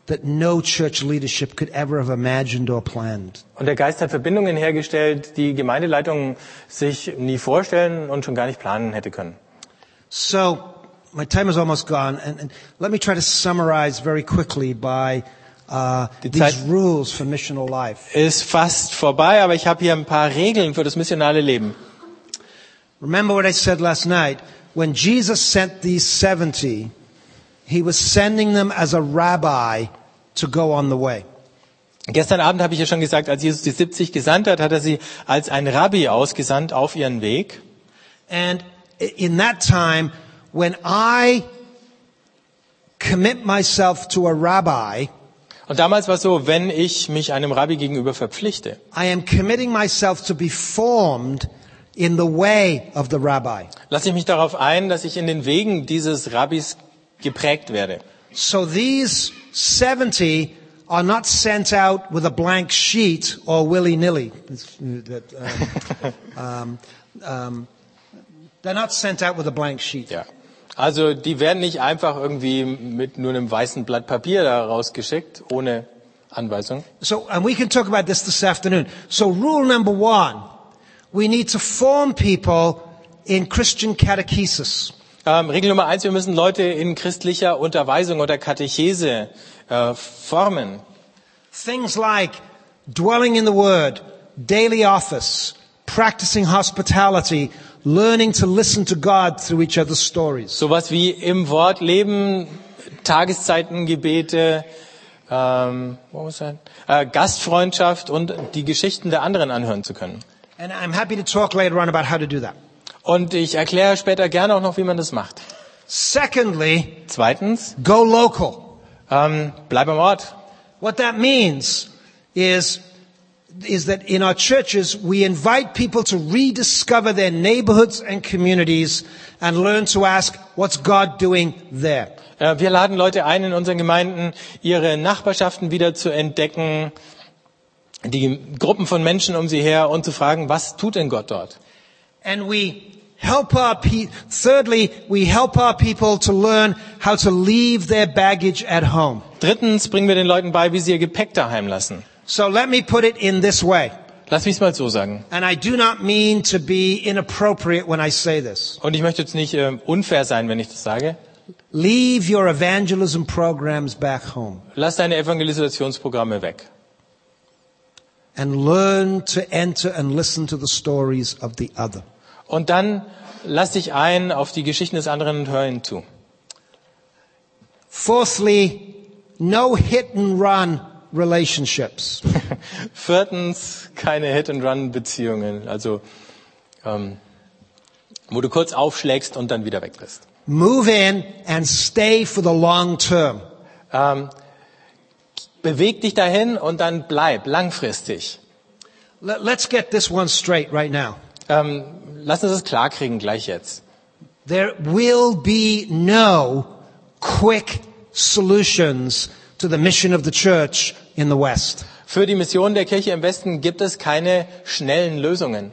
Speaker 1: that no church leadership could ever have imagined or planned.
Speaker 2: Und der Geist hat Verbindungen hergestellt, die Gemeindeleitung sich nie vorstellen und schon gar nicht planen hätte können.
Speaker 1: So, my time is almost gone, and, and let me try to summarize very quickly by uh, these
Speaker 2: Zeit-
Speaker 1: rules for missional life.
Speaker 2: Ist fast vorbei, aber ich habe hier ein paar Regeln für das missionale Leben.
Speaker 1: Remember what I said last night. When Jesus sent these 70, he was sending them as a rabbi to go on the way.
Speaker 2: Gestern Abend habe ich ja schon gesagt, als Jesus die 70 gesandt hat, hat er sie als ein Rabbi ausgesandt auf ihren Weg.
Speaker 1: And i- in that time, when I commit myself to a rabbi,
Speaker 2: Und damals war es so, wenn ich mich einem Rabbi gegenüber verpflichte,
Speaker 1: I am committing myself to be formed in the way of the rabbi
Speaker 2: lasse ich mich darauf ein, dass ich in den Wegen dieses Rabbis geprägt werde.
Speaker 1: so these 70 are not sent out with a blank sheet or willy-nilly It's, uh, that, um, um, um, they're not sent out with a blank sheet
Speaker 2: Ja. Also die werden nicht einfach irgendwie mit nur einem weißen Blatt Papier da rausgeschickt, ohne Anweisung.
Speaker 1: So, and we can talk about this this afternoon. So rule number one, we need to form people in Christian catechesis.
Speaker 2: Ähm, Regel Nummer eins, wir müssen Leute in christlicher Unterweisung oder Katechese äh, formen.
Speaker 1: Things like dwelling in the word, daily office, practicing hospitality, learning to listen to God through each other's stories.
Speaker 2: Sowas wie im Wort leben, Tageszeitengebete, ähm, what was that? Äh, Gastfreundschaft und die Geschichten der anderen anhören zu können.
Speaker 1: And I'm happy to talk later on about how to do that.
Speaker 2: Und ich erkläre später gerne auch noch, wie man das macht.
Speaker 1: Secondly,
Speaker 2: Zweitens,
Speaker 1: go local.
Speaker 2: ähm, bleib am Ort.
Speaker 1: What that means is is that in our churches we invite people to rediscover their neighborhoods and communities and learn to ask what's God doing there.
Speaker 2: Äh, Wir laden Leute ein, in unseren Gemeinden ihre Nachbarschaften wieder zu entdecken, die Gruppen von Menschen um sie her und zu fragen, was tut denn Gott dort?
Speaker 1: And we help our pe- thirdly we help our people to learn how to leave their baggage at home.
Speaker 2: Drittens bringen wir den Leuten bei, wie sie ihr Gepäck daheim lassen.
Speaker 1: So let me put it in this way.
Speaker 2: Lass mich mal so sagen.
Speaker 1: And I do not mean to be inappropriate when I say this.
Speaker 2: Und ich möchte jetzt nicht äh, unfair sein, wenn ich das sage.
Speaker 1: Leave your evangelism programs back home
Speaker 2: Lass deine Evangelisationsprogramme weg
Speaker 1: and learn to enter and listen to the stories of the other.
Speaker 2: und dann lass dich ein auf die Geschichten des anderen und hör ihnen zu.
Speaker 1: Fourthly, no hit and run relationships.
Speaker 2: Viertens, keine Hit-and-Run-Beziehungen, also ähm, wo du kurz aufschlägst und dann wieder weg bist.
Speaker 1: Move in and stay for the long term.
Speaker 2: Ähm, beweg dich dahin und dann bleib langfristig.
Speaker 1: Let- Let's get this one straight right now.
Speaker 2: Ähm, lass uns das klarkriegen gleich jetzt.
Speaker 1: There will be no quick solutions to the mission of the church in the West.
Speaker 2: Für die Mission der Kirche im Westen gibt es keine schnellen Lösungen.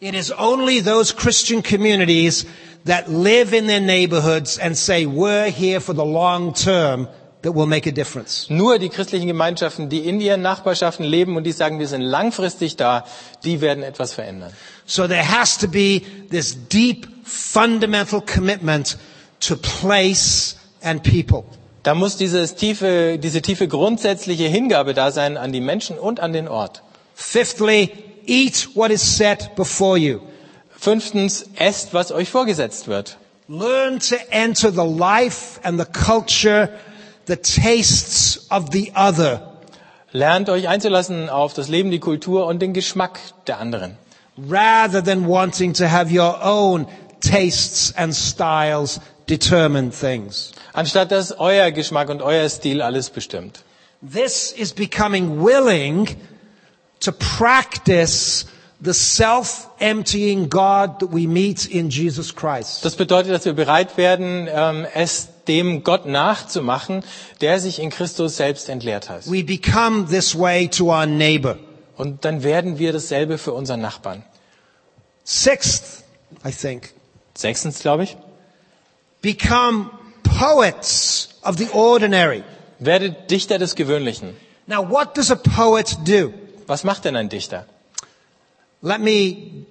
Speaker 1: It is only those Christian communities that live in their neighborhoods and say, we're here for the long term that will make a difference.
Speaker 2: Nur die christlichen Gemeinschaften, die in ihren Nachbarschaften leben und die sagen, wir sind langfristig da, die werden etwas verändern.
Speaker 1: So there has to be this deep fundamental commitment to place and people.
Speaker 2: Da muss dieses tiefe, diese tiefe grundsätzliche Hingabe da sein an die Menschen und an den Ort.
Speaker 1: Fifthly, eat what is set before you.
Speaker 2: Fünftens, esst, was euch vorgesetzt wird.
Speaker 1: Learn to enter the life and the culture, the tastes of the other,
Speaker 2: Lernt euch einzulassen auf das Leben, die Kultur und den Geschmack der anderen.
Speaker 1: rather than wanting to have your own tastes and styles determine things.
Speaker 2: Anstatt dass euer Geschmack und euer Stil alles bestimmt.
Speaker 1: This is becoming willing to practice the self-emptying God that we meet in Jesus Christ.
Speaker 2: Das bedeutet, dass wir bereit werden, ähm, es dem Gott nachzumachen, der sich in Christus selbst entleert hat.
Speaker 1: We become this way to our neighbor.
Speaker 2: Und dann werden wir dasselbe für unseren Nachbarn.
Speaker 1: Sixth, I think,
Speaker 2: Sechstens, glaube ich,
Speaker 1: become poets of the ordinary.
Speaker 2: werdet Dichter des Gewöhnlichen.
Speaker 1: Now, what does a poet do?
Speaker 2: Was macht denn ein Dichter?
Speaker 1: Let me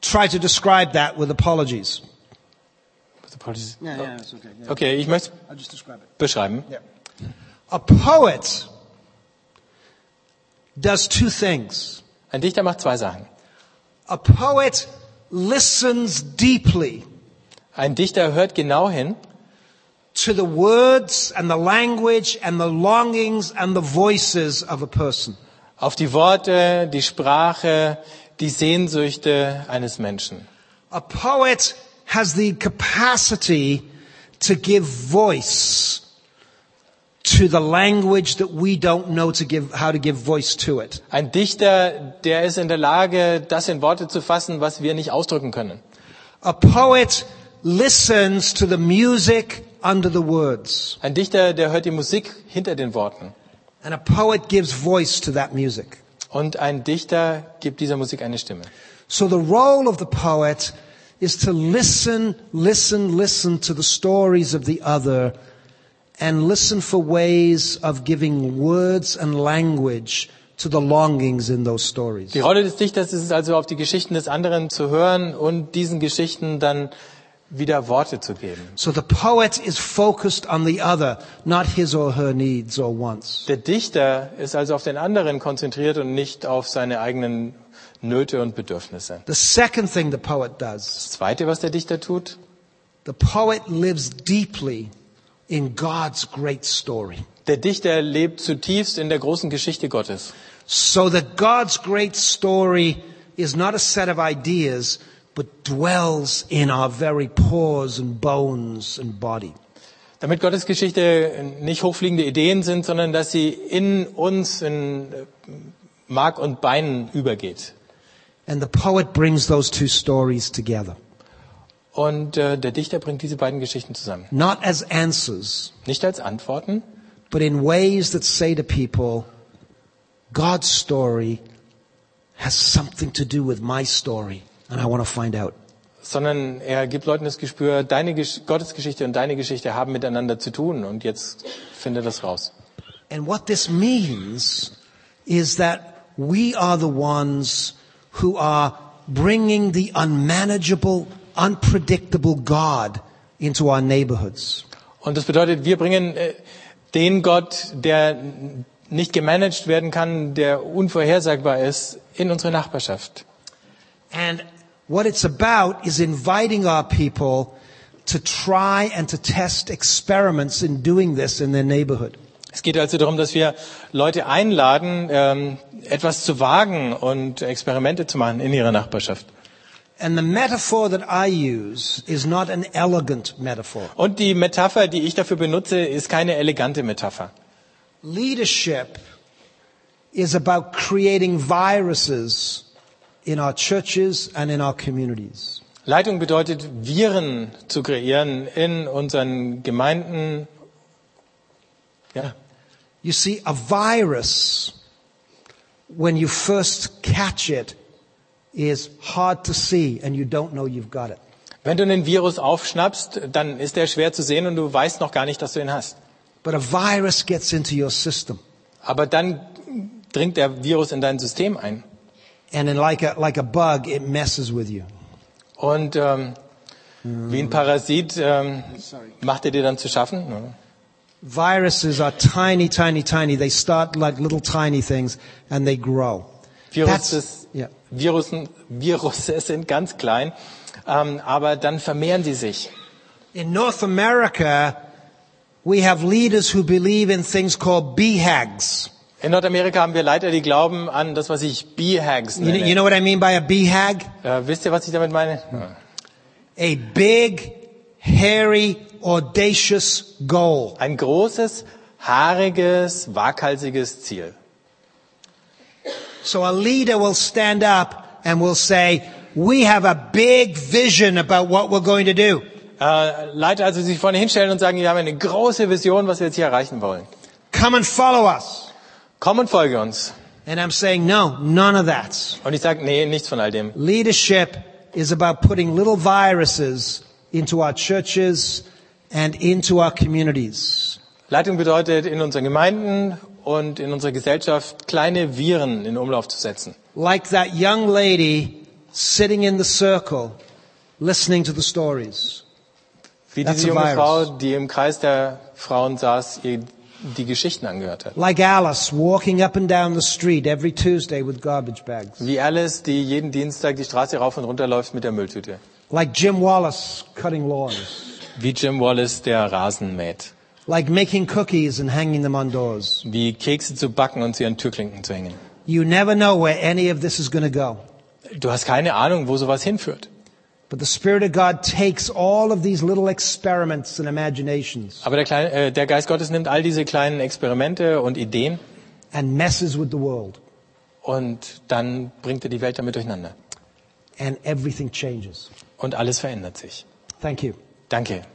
Speaker 1: try to describe that with apologies.
Speaker 2: Okay, ich möchte
Speaker 1: I'll just describe it.
Speaker 2: beschreiben.
Speaker 1: A poet does two things.
Speaker 2: Ein Dichter macht zwei Sachen.
Speaker 1: A poet listens deeply
Speaker 2: Ein Dichter hört genau hin
Speaker 1: to the words and the language and the longings and the voices of a person.
Speaker 2: auf die Worte, die Sprache, die Sehnsüchte eines Menschen.
Speaker 1: A poet has the capacity to give voice to the language that we don't know to give, how to give voice to it.
Speaker 2: Ein Dichter, der ist in der Lage, das in Worte zu fassen, was wir nicht ausdrücken können.
Speaker 1: A poet listens to the music under the words,
Speaker 2: Ein Dichter, der hört die Musik hinter den Worten.
Speaker 1: and a poet gives voice to that music.
Speaker 2: Und ein Dichter gibt dieser Musik eine Stimme.
Speaker 1: So the role of the poet is to listen, listen, listen to the stories of the other and listen for ways of giving words and language to the longings in those stories.
Speaker 2: Die Rolle des Dichters ist es also, auf die Geschichten des anderen zu hören und diesen Geschichten dann wieder Worte zu geben.
Speaker 1: So the poet is focused on the other, not his or her needs or wants.
Speaker 2: Der Dichter ist also auf den anderen konzentriert und nicht auf seine eigenen Nöte und Bedürfnisse.
Speaker 1: The second thing the poet does,
Speaker 2: Das Zweite, was der Dichter tut,
Speaker 1: the poet lives deeply in God's great story.
Speaker 2: der Dichter lebt zutiefst in der großen Geschichte Gottes.
Speaker 1: so that God's great story is not a set of ideas, but dwells in our very pores and bones and body.
Speaker 2: Damit Gottes Geschichte nicht hochfliegende Ideen sind, sondern dass sie in uns, in äh, Mark und Beinen übergeht.
Speaker 1: And the poet brings those two stories together,
Speaker 2: Und äh, der Dichter bringt diese beiden Geschichten zusammen.
Speaker 1: not as answers,
Speaker 2: Nicht als Antworten,
Speaker 1: but in ways that say to people, God's story has something to do with my story, and I want to find out.
Speaker 2: sondern er gibt Leuten das Gespür, deine Gesch Gottes Geschichte und deine Geschichte haben miteinander zu tun und jetzt finde das raus.
Speaker 1: And what this means is that we are the ones who are bringing the unmanageable, unpredictable God into our neighborhoods.
Speaker 2: Und das bedeutet, wir bringen äh, den Gott, der n- nicht gemanagt werden kann, der unvorhersagbar ist, in unsere Nachbarschaft.
Speaker 1: And what it's about is inviting our people to try and to test experiments in doing this in their neighborhood.
Speaker 2: Es geht also darum, dass wir Leute einladen, ähm, etwas zu wagen und Experimente zu machen in ihrer Nachbarschaft.
Speaker 1: And the metaphor that I use is not an elegant metaphor.
Speaker 2: Und die Metapher, die ich dafür benutze, ist keine elegante Metapher.
Speaker 1: Leadership is about creating viruses in our churches and in our communities.
Speaker 2: Leitung bedeutet, Viren zu kreieren in unseren Gemeinden. Ja.
Speaker 1: You see, a virus, when you first catch it, is hard to see and you don't know you've got it.
Speaker 2: Wenn du einen Virus aufschnappst, dann ist er schwer zu sehen und du weißt noch gar nicht, dass du ihn hast.
Speaker 1: But a virus gets into your system.
Speaker 2: Aber dann dringt der Virus in dein System ein.
Speaker 1: And then like a, like a bug, it messes with you.
Speaker 2: Und ähm, wie ein Parasit ähm, macht er dir dann zu schaffen. ne? Ja.
Speaker 1: Viruses are tiny, tiny, tiny. They start like little tiny things and they grow.
Speaker 2: Viruses,
Speaker 1: yeah.
Speaker 2: Virusen, Virusse sind ganz klein, ähm, aber dann vermehren sie sich.
Speaker 1: In North America, we have leaders who believe in things called BHAGs.
Speaker 2: In Nordamerika haben wir Leiter, die glauben an das, was ich B-Hags
Speaker 1: You
Speaker 2: nenne.
Speaker 1: know, you know what I mean by a BHAG?
Speaker 2: äh, wisst ihr, was ich damit meine?
Speaker 1: A big, hairy, audacious goal.
Speaker 2: Ein großes, haariges, waghalsiges Ziel.
Speaker 1: So a leader will stand up and will say, we have a big vision about what we're going to do.
Speaker 2: Äh, Leiter also sich vorne hinstellen und sagen, wir haben eine große Vision, was wir jetzt hier erreichen wollen.
Speaker 1: Come and follow us.
Speaker 2: Komm und folge uns.
Speaker 1: And I'm saying, no, none of that.
Speaker 2: Und ich sage, nee, nichts von all dem.
Speaker 1: Leadership is about putting little viruses into our churches and into our communities.
Speaker 2: Leitung bedeutet, in unseren Gemeinden und in unserer Gesellschaft kleine Viren in Umlauf zu setzen.
Speaker 1: like that young lady sitting in the circle listening to the stories.
Speaker 2: Wie
Speaker 1: That's
Speaker 2: diese
Speaker 1: a
Speaker 2: junge
Speaker 1: virus.
Speaker 2: Frau, die im Kreis der Frauen saß, ihr die Geschichten angehört hat.
Speaker 1: Like Alice walking up and down the street every Tuesday with garbage bags.
Speaker 2: Wie Alice, die jeden Dienstag die Straße rauf und runter läuft mit der Mülltüte.
Speaker 1: Like Jim Wallace cutting lawns.
Speaker 2: Wie Jim Wallace, der Rasen mäht.
Speaker 1: Like making cookies and hanging them on doors.
Speaker 2: Wie Kekse zu backen und sie an Türklinken zu hängen.
Speaker 1: You never know where any of this is going to go.
Speaker 2: Du hast keine Ahnung, wo sowas hinführt.
Speaker 1: But the Spirit of God takes all of these little experiments and imaginations
Speaker 2: Aber der, kleine, äh, der Geist Gottes nimmt all diese kleinen Experimente und Ideen
Speaker 1: and messes with the world,
Speaker 2: und dann bringt er die Welt damit durcheinander.
Speaker 1: and everything changes.
Speaker 2: Und alles verändert sich.
Speaker 1: Thank you.
Speaker 2: Danke.